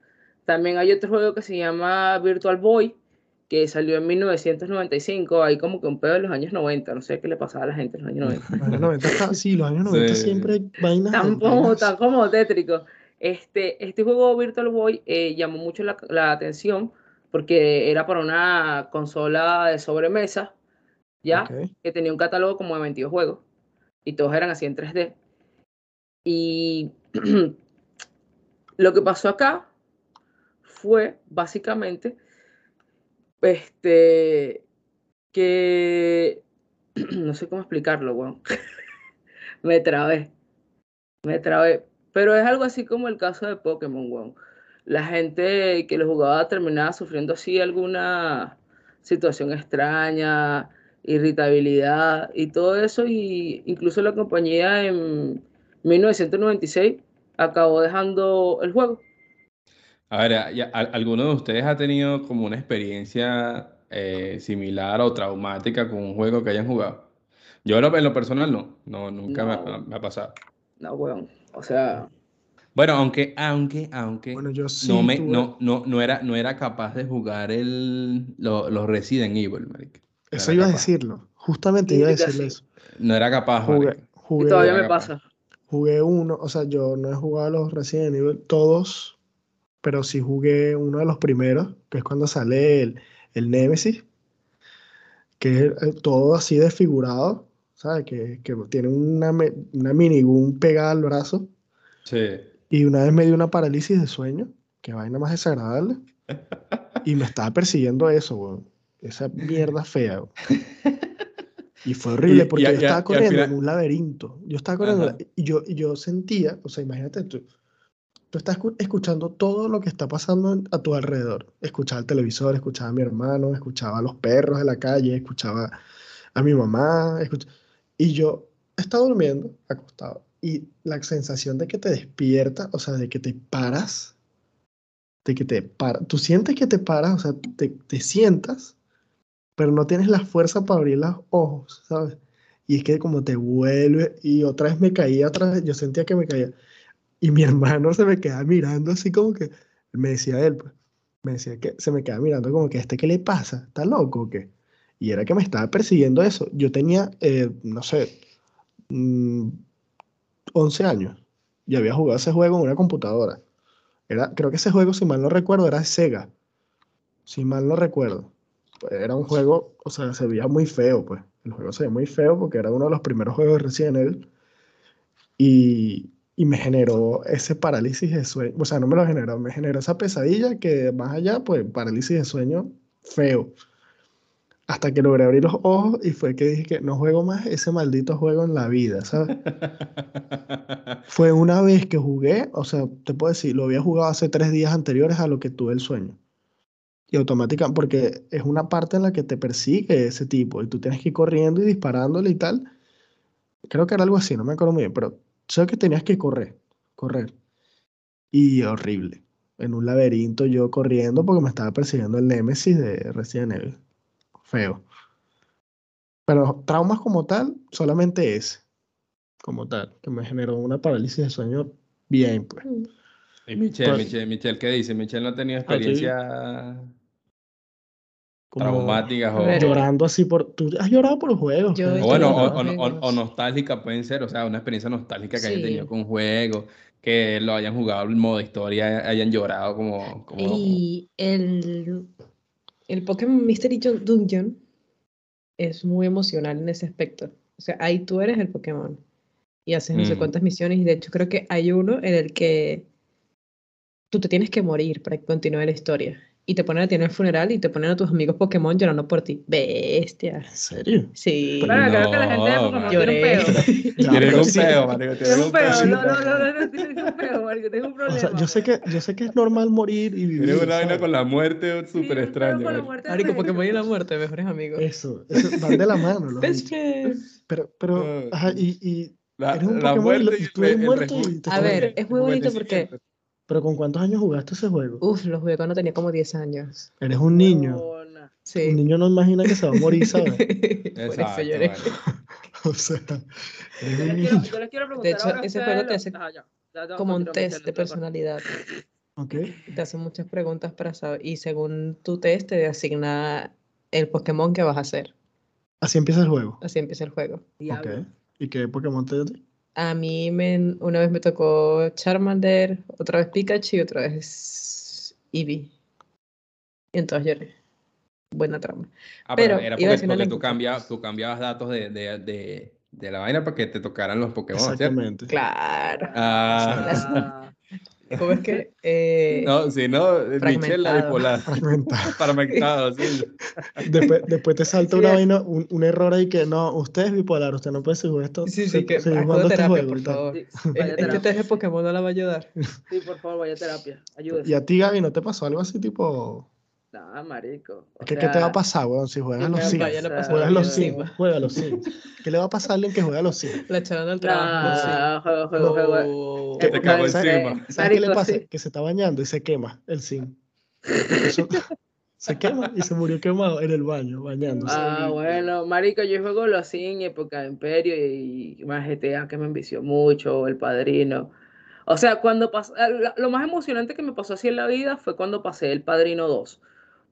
Speaker 4: También hay otro juego que se llama Virtual Boy, que salió en 1995, ahí como que un pedo de los años 90, no sé qué le pasaba a la gente en los años 90.
Speaker 2: Los años 90 está- sí, los años 90
Speaker 3: Sí.
Speaker 2: siempre hay vainas.
Speaker 4: Tan como,
Speaker 2: vainas.
Speaker 4: tan como tétrico. Este, este juego Virtual Boy eh, llamó mucho la, la atención porque era para una consola de sobremesa, ¿ya?
Speaker 2: Ok.
Speaker 4: que tenía un catálogo como de 22 juegos y todos eran así en 3D. Y lo que pasó acá fue básicamente este que no sé cómo explicarlo, weón. me trabé. Me trabé, pero es algo así como el caso de Pokémon, weón. La gente que lo jugaba terminaba sufriendo así alguna situación extraña, irritabilidad y todo eso. Y incluso la compañía en 1996 acabó dejando el juego.
Speaker 3: A ver, ¿y a- al- ¿alguno de ustedes ha tenido como una experiencia eh, similar o traumática con un juego que hayan jugado? Yo en lo- en lo personal no, no, nunca me ha-
Speaker 4: No.
Speaker 3: me ha pasado.
Speaker 4: No, weón. O sea,
Speaker 3: Bueno, aunque, aunque, aunque
Speaker 2: Bueno, yo sí.
Speaker 3: no me,
Speaker 2: tuve-
Speaker 3: no, no, no era, no era capaz de jugar el, lo- los Resident Evil, marica. No
Speaker 2: Eso
Speaker 3: era
Speaker 2: iba a
Speaker 3: capaz.
Speaker 2: decirlo. Justamente iba a
Speaker 4: Marica,
Speaker 2: decirle
Speaker 4: sí.
Speaker 2: eso.
Speaker 3: No era capaz,
Speaker 2: Jugué,
Speaker 3: marica.
Speaker 4: y
Speaker 2: jugué,
Speaker 4: todavía
Speaker 3: era
Speaker 4: me
Speaker 3: capaz.
Speaker 4: pasa.
Speaker 2: jugué uno. O sea, yo no he jugado los Resident Evil todos, pero sí jugué uno de los primeros, que es cuando sale el, el Nemesis, que es eh, todo así desfigurado, ¿sabes? Que, que tiene una, me- una minigun pegada al brazo.
Speaker 3: Sí.
Speaker 2: Y una vez me dio una parálisis de sueño, que vaina más desagradable. Y me estaba persiguiendo eso, weón. Esa mierda fea, weón. Y fue horrible
Speaker 3: Y- y
Speaker 2: porque
Speaker 3: a-
Speaker 2: yo
Speaker 3: y
Speaker 2: estaba
Speaker 3: a- y al
Speaker 2: corriendo
Speaker 3: final-
Speaker 2: en un laberinto. Yo estaba corriendo
Speaker 3: Ajá.
Speaker 2: y yo, y yo sentía, o sea, imagínate tú, tú estás escu- escuchando todo lo que está pasando en- a tu alrededor. Escuchaba el televisor, escuchaba a mi hermano, escuchaba a los perros de la calle, escuchaba a mi mamá. escuch- Y yo estaba durmiendo, acostado. Y la sensación de que te despierta, o sea, de que te paras, de que te paras, tú sientes que te paras, o sea, te, te sientas, pero no tienes la fuerza para abrir los ojos, ¿sabes? Y es que como te vuelve, y otra vez me caía, otra vez, yo sentía que me caía. Y mi hermano se me quedaba mirando así como que, me decía él, pues, me decía que se me quedaba mirando como que, ¿este qué le pasa? ¿Está loco o qué? Y era que me estaba persiguiendo eso. Yo tenía, eh, no sé, mm, 11 años y había jugado ese juego en una computadora. Era, creo que ese juego, si mal no recuerdo, era de Sega. Si mal no recuerdo. Era un juego, o sea, se veía muy feo, pues. El juego se veía muy feo porque era uno de los primeros juegos de Resident Evil. Y, y me generó ese parálisis de sueño. O sea, no me lo generó, me generó esa pesadilla que más allá, pues, parálisis de sueño feo. Hasta que logré abrir los ojos y fue que dije que no juego más ese maldito juego en la vida, ¿sabes? Fue una vez que jugué, o sea, te puedo decir, lo había jugado hace tres días anteriores a lo que tuve el sueño. Y automáticamente, porque es una parte en la que te persigue ese tipo y tú tienes que ir corriendo y disparándole y tal. Creo que era algo así, no me acuerdo muy bien, pero sé que tenías que correr, correr. Y horrible. En un laberinto yo corriendo porque me estaba persiguiendo el Némesis de Resident Evil. Feo. Pero traumas como tal, solamente ese como tal, que me generó una parálisis de sueño bien, pues.
Speaker 5: Mm.
Speaker 3: Y Michelle,
Speaker 2: Pues-
Speaker 3: Michelle, Michelle, ¿qué dice? Michelle no ha tenido
Speaker 2: Ah, sí.
Speaker 3: experiencias
Speaker 2: Como
Speaker 3: traumáticas o,
Speaker 5: Pero-
Speaker 2: llorando así por... ¿Tú has llorado por los juegos?
Speaker 5: Yo
Speaker 2: pues?
Speaker 3: o bueno, o,
Speaker 5: llorado.
Speaker 3: o- o- o nostálgica pueden ser, o sea, una experiencia nostálgica que hayan
Speaker 5: Sí.
Speaker 3: tenido con un juego, que lo hayan jugado en modo historia, hayan llorado como, como,
Speaker 5: Y el, el Pokémon Mystery Jun- Dungeon es muy emocional en ese aspecto. O sea, ahí tú eres el Pokémon. y haces no sé
Speaker 3: Mm.
Speaker 5: cuántas misiones. Y de hecho, creo que hay uno en el que tú te tienes que morir para que continúe la historia. Y te ponen a ti en el funeral y te ponen a tus amigos Pokémon llorando por ti. Bestia.
Speaker 2: ¿En serio?
Speaker 5: Sí.
Speaker 4: Claro, creo que la
Speaker 3: No,
Speaker 4: gente de Pokémon tiene
Speaker 5: Lloré.
Speaker 4: un peo.
Speaker 2: Ya,
Speaker 3: Tiene
Speaker 2: pero
Speaker 3: un
Speaker 2: sí.
Speaker 3: peo, marico, tiene
Speaker 4: Tiene un
Speaker 3: un
Speaker 4: peo,
Speaker 3: peo.
Speaker 4: no, no, no, no, no, tiene un peo, marico, tiene un
Speaker 2: O
Speaker 4: problema.
Speaker 2: sea, yo sé que, yo sé que es normal morir y vivir.
Speaker 3: Tiene una vaina
Speaker 2: ¿sabes?
Speaker 3: con la muerte súper extraña.
Speaker 4: Con la
Speaker 3: marico.
Speaker 4: muerte de
Speaker 5: Marico,
Speaker 4: la gente.
Speaker 5: Pokémon y la muerte, mejores amigos.
Speaker 2: Eso, eso, van de la mano. los
Speaker 5: Best
Speaker 2: bichos.
Speaker 5: friends.
Speaker 2: pero, pero,
Speaker 3: Ah.
Speaker 2: ajá, y, y,
Speaker 3: La,
Speaker 2: Eres un
Speaker 3: la
Speaker 2: Pokémon y
Speaker 3: muerte
Speaker 2: lo-
Speaker 3: y
Speaker 2: tú
Speaker 3: el re-
Speaker 2: eres
Speaker 3: el
Speaker 2: muerto y
Speaker 3: reju-
Speaker 2: te
Speaker 5: A ver,
Speaker 2: mueres.
Speaker 5: es muy bonito Uh, porque,
Speaker 2: pero ¿con cuántos años jugaste ese juego?
Speaker 5: uff, los jugué cuando tenía como 10 años.
Speaker 2: Eres un niño.
Speaker 4: Huevona.
Speaker 5: Sí.
Speaker 2: Un niño no imagina que se va a morir, ¿sabes?
Speaker 5: Por eso
Speaker 3: Exacto,
Speaker 5: lloré.
Speaker 3: marico.
Speaker 2: O sea, eres
Speaker 4: Yo
Speaker 2: un
Speaker 4: les quiero,
Speaker 2: niño.
Speaker 4: yo les quiero preguntar
Speaker 5: De hecho,
Speaker 4: ahora a
Speaker 5: ese
Speaker 4: ustedes
Speaker 5: juego te
Speaker 4: los-
Speaker 5: hace
Speaker 4: Ajá, ya. Ya te voy a
Speaker 5: Como un
Speaker 4: continuar,
Speaker 5: test de
Speaker 4: Michelle, no te acuerdas.
Speaker 5: personalidad.
Speaker 2: Ok.
Speaker 5: Te hacen muchas preguntas para saber. Y según tu test, te asigna el Pokémon que vas a hacer.
Speaker 2: Así empieza el juego.
Speaker 5: Así empieza el juego.
Speaker 2: Ok.
Speaker 4: Diablo.
Speaker 2: ¿Y qué Pokémon te dio?
Speaker 5: A mí me, una vez me tocó Charmander, otra vez Pikachu y otra vez Eevee. Y entonces lloré. Buena trama.
Speaker 3: Ah, pero, era
Speaker 5: Pero iba a
Speaker 3: porque,
Speaker 5: decir una
Speaker 3: porque tú,
Speaker 5: anécdota.
Speaker 3: cambiabas, tú cambiabas datos de, de, de, de la vaina para que te tocaran los Pokémon, ¿cierto?
Speaker 2: Exactamente.
Speaker 5: Claro.
Speaker 3: Ah,
Speaker 4: Ah,
Speaker 5: ¿Cómo es que? eh,
Speaker 3: no, si no, Michelle la
Speaker 5: Fragmentado.
Speaker 3: bipolar.
Speaker 2: Fragmentado.
Speaker 3: Fragmentado, sí.
Speaker 2: Después, después te salta
Speaker 5: Sí,
Speaker 2: una
Speaker 5: es-
Speaker 2: vaina, un, un error ahí que no, usted es bipolar, usted no puede seguir esto.
Speaker 5: Sí, sí,
Speaker 2: se-
Speaker 5: que
Speaker 2: seguir
Speaker 5: acudo a
Speaker 2: jugando este
Speaker 5: terapia,
Speaker 2: juego
Speaker 5: por
Speaker 2: y tal.
Speaker 5: favor.
Speaker 4: sí, vaya
Speaker 5: Este este
Speaker 4: terapia.
Speaker 5: test de Pokémon no la va a ayudar.
Speaker 4: Sí, por favor, vaya terapia. Ayúdese.
Speaker 2: Y a ti, Gaby, ¿no te pasó algo así tipo?
Speaker 4: No, marico. o
Speaker 2: ¿Qué, qué te va
Speaker 4: sea,
Speaker 2: a pasar, weón, si juegas
Speaker 4: ¿qué
Speaker 2: a
Speaker 4: me
Speaker 2: los
Speaker 4: va a
Speaker 2: Sims?
Speaker 5: Ya le
Speaker 4: pasar?
Speaker 5: pasó
Speaker 2: Juegas a los
Speaker 5: Sí.
Speaker 2: Sims, juega a los Sims. ¿Qué le va a pasar a alguien que juega a los Sims?
Speaker 5: La echaron al trabajo. sí.
Speaker 4: Ah, juego, juego, juego.
Speaker 5: Oh.
Speaker 3: Que
Speaker 4: Época
Speaker 3: te cago
Speaker 4: de-
Speaker 3: encima.
Speaker 4: eh,
Speaker 2: ¿Sabes qué le
Speaker 4: marico,
Speaker 2: pasa?
Speaker 4: sí.
Speaker 2: Que se está bañando y se quema el Sim. Eso- se quema y se murió quemado en el baño, bañándose.
Speaker 4: Ah, bueno, marico, yo juego los Sims, época de Imperio y más GTA que me envició mucho, El Padrino. O sea, cuando pas- eh, la- lo más emocionante que me pasó así en la vida fue cuando pasé El Padrino 2,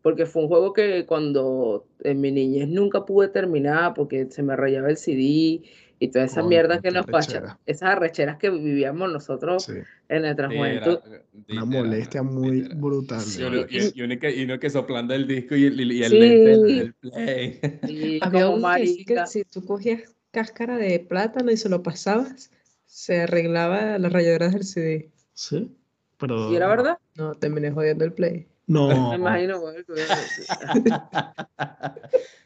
Speaker 4: porque fue un juego que cuando en mi niñez nunca pude terminar porque se me rayaba el CD y todas esas
Speaker 2: Coño,
Speaker 4: mierdas que
Speaker 2: qué
Speaker 4: nos
Speaker 2: arrechera.
Speaker 4: pasan, esas arrecheras que vivíamos nosotros
Speaker 2: Sí,
Speaker 4: en nuestra
Speaker 3: Sí, era-
Speaker 4: juventud.
Speaker 2: una
Speaker 3: literal,
Speaker 2: molestia muy
Speaker 3: literal.
Speaker 2: brutal.
Speaker 3: Y
Speaker 4: Sí.
Speaker 2: ¿no?
Speaker 3: uno, y, y uno que, y uno que soplando el disco y el, y el
Speaker 4: Sí.
Speaker 3: lente del, del play.
Speaker 4: Y
Speaker 5: Había
Speaker 4: como
Speaker 5: uno que decía
Speaker 4: marica,
Speaker 5: que si tú cogías cáscara de plátano y se lo pasabas, se arreglaba las rayaduras del CD.
Speaker 2: Sí, pero.
Speaker 4: ¿y era verdad?
Speaker 5: No, terminé jodiendo el play.
Speaker 2: No.
Speaker 4: Me imagino, marico, yo-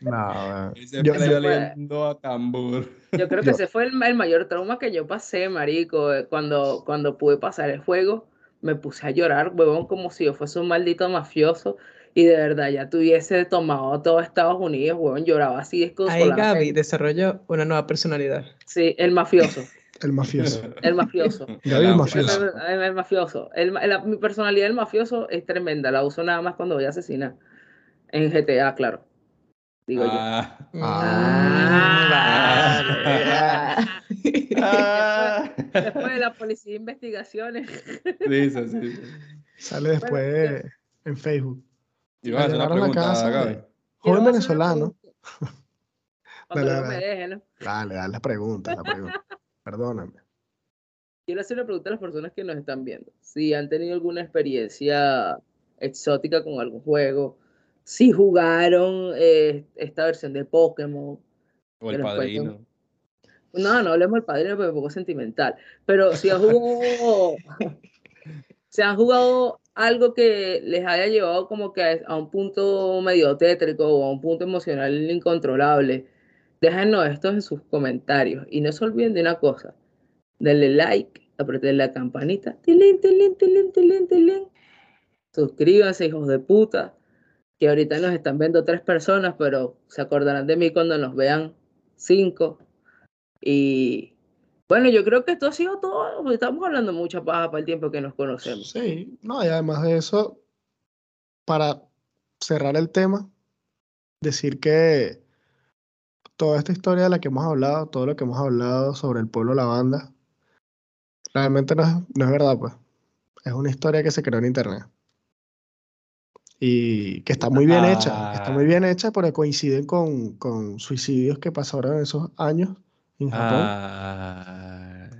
Speaker 2: No,
Speaker 3: Ese
Speaker 2: Yo-
Speaker 3: play
Speaker 4: yo-
Speaker 3: oliendo a tambor.
Speaker 4: Yo creo que
Speaker 2: Yo-
Speaker 4: ese fue el, el mayor trauma que yo pasé, marico. eh, Cuando, cuando pude pasar el juego, me puse a llorar, huevón, como si yo fuese un maldito mafioso. Y de verdad, ya tuviese tomado todo Estados Unidos, huevón, lloraba así
Speaker 5: Ahí
Speaker 4: desconsolado.
Speaker 5: Gaby desarrolló una nueva personalidad.
Speaker 4: Sí, el mafioso,
Speaker 2: el mafioso.
Speaker 4: el mafioso.
Speaker 2: Gaby
Speaker 3: El
Speaker 2: es
Speaker 4: el,
Speaker 2: mafioso.
Speaker 4: el- el mafioso. El ma- la- mi personalidad del mafioso es tremenda, la uso nada más cuando voy a asesinar. En GTA, claro. Digo yo.
Speaker 3: Ah.
Speaker 5: Ah, vale.
Speaker 3: Ah. Ah.
Speaker 4: Después de la policía de investigaciones.
Speaker 3: Sí, sí, sí, sí.
Speaker 2: Sale después en Facebook.
Speaker 3: Yo voy a hacer una
Speaker 2: Llegaron a
Speaker 3: pregunta,
Speaker 2: casa,
Speaker 3: Gaby.
Speaker 2: Joven
Speaker 4: Quiero hacer una
Speaker 2: venezolano.
Speaker 4: pregunta. Cuando
Speaker 2: Dale,
Speaker 4: no me
Speaker 2: dale.
Speaker 4: dejen, ¿no?
Speaker 2: Dale, dale la pregunta, la pregunta. Perdóname.
Speaker 4: Quiero hacer una pregunta a las personas que nos están viendo. Si han tenido alguna experiencia exótica con algún juego, si jugaron eh, esta versión de Pokémon.
Speaker 3: O el
Speaker 4: Pero después tengo-
Speaker 3: padrino.
Speaker 4: No, no hablemos del padrino porque es poco sentimental. Pero si han jugado, si han jugado algo que les haya llevado como que a- a un punto medio tétrico o a un punto emocional incontrolable, déjenos esto en sus comentarios. Y no se olviden de una cosa, denle like, aprieten la campanita, tilín, tilín, tilín, tilín, tilín. Suscríbanse, hijos de puta, que ahorita nos están viendo tres personas, pero se acordarán de mí cuando nos vean cinco. Y bueno, yo creo que esto ha sido todo. porque Estamos hablando mucha paja para el tiempo que nos conocemos.
Speaker 2: Sí, no, y además de eso, para cerrar el tema, decir que toda esta historia de la que hemos hablado, todo lo que hemos hablado sobre el pueblo Lavanda, realmente no es, no es verdad, pues. Es una historia que se creó en internet. Y que está muy bien hecha, está muy bien hecha, pero coinciden con, con suicidios que pasaron en esos años en Japón.
Speaker 3: Ah.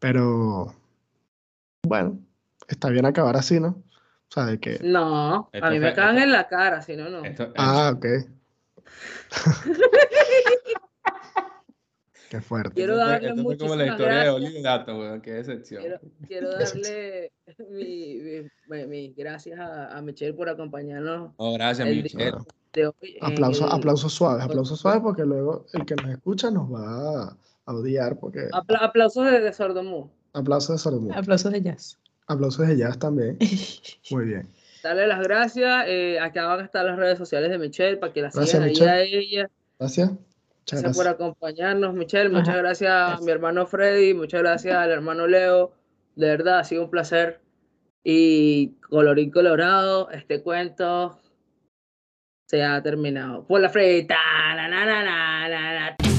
Speaker 2: Pero bueno, está bien acabar así, ¿no? O sea, de que.
Speaker 4: No, a
Speaker 3: Esto
Speaker 4: mí me
Speaker 3: fue-
Speaker 4: cagan
Speaker 3: esto-
Speaker 4: en la cara, si no, no.
Speaker 3: Esto,
Speaker 2: Ah, ok. Qué fuerte.
Speaker 4: Quiero
Speaker 3: Esto fue-
Speaker 4: darle
Speaker 3: esto fue como
Speaker 4: muchísimas
Speaker 3: la historia de
Speaker 4: gracias.
Speaker 3: Oli y el gato, weón. Qué decepción.
Speaker 4: Quiero, quiero darle mi- mi- mi- mis gracias a, a Michelle por acompañarnos
Speaker 3: No, gracias,
Speaker 4: El-
Speaker 3: Michelle.
Speaker 4: de hoy. en
Speaker 2: Aplausos,
Speaker 4: el-
Speaker 2: aplausos suaves, aplausos suaves porque luego el que nos escucha nos va a odiar porque
Speaker 4: apla- aplausos de, de Sordomu.
Speaker 2: aplausos de Salomón,
Speaker 5: Aplausos de jazz.
Speaker 2: aplausos de jazz también. Muy bien.
Speaker 4: Dale las gracias. eh, acá van a estar las redes sociales de Michelle para que la
Speaker 2: Gracias,
Speaker 4: sigan ahí
Speaker 2: Michelle.
Speaker 4: a ella.
Speaker 2: Gracias. Muchas
Speaker 4: Gracias por
Speaker 2: gracias.
Speaker 4: acompañarnos, Michelle. Muchas
Speaker 5: Ajá,
Speaker 4: gracias a mi hermano Freddy. Muchas gracias al hermano Leo. De verdad, ha sido un placer. Y colorín colorado, este cuento se ha terminado. Por la frita. na, na, na, na, na, na.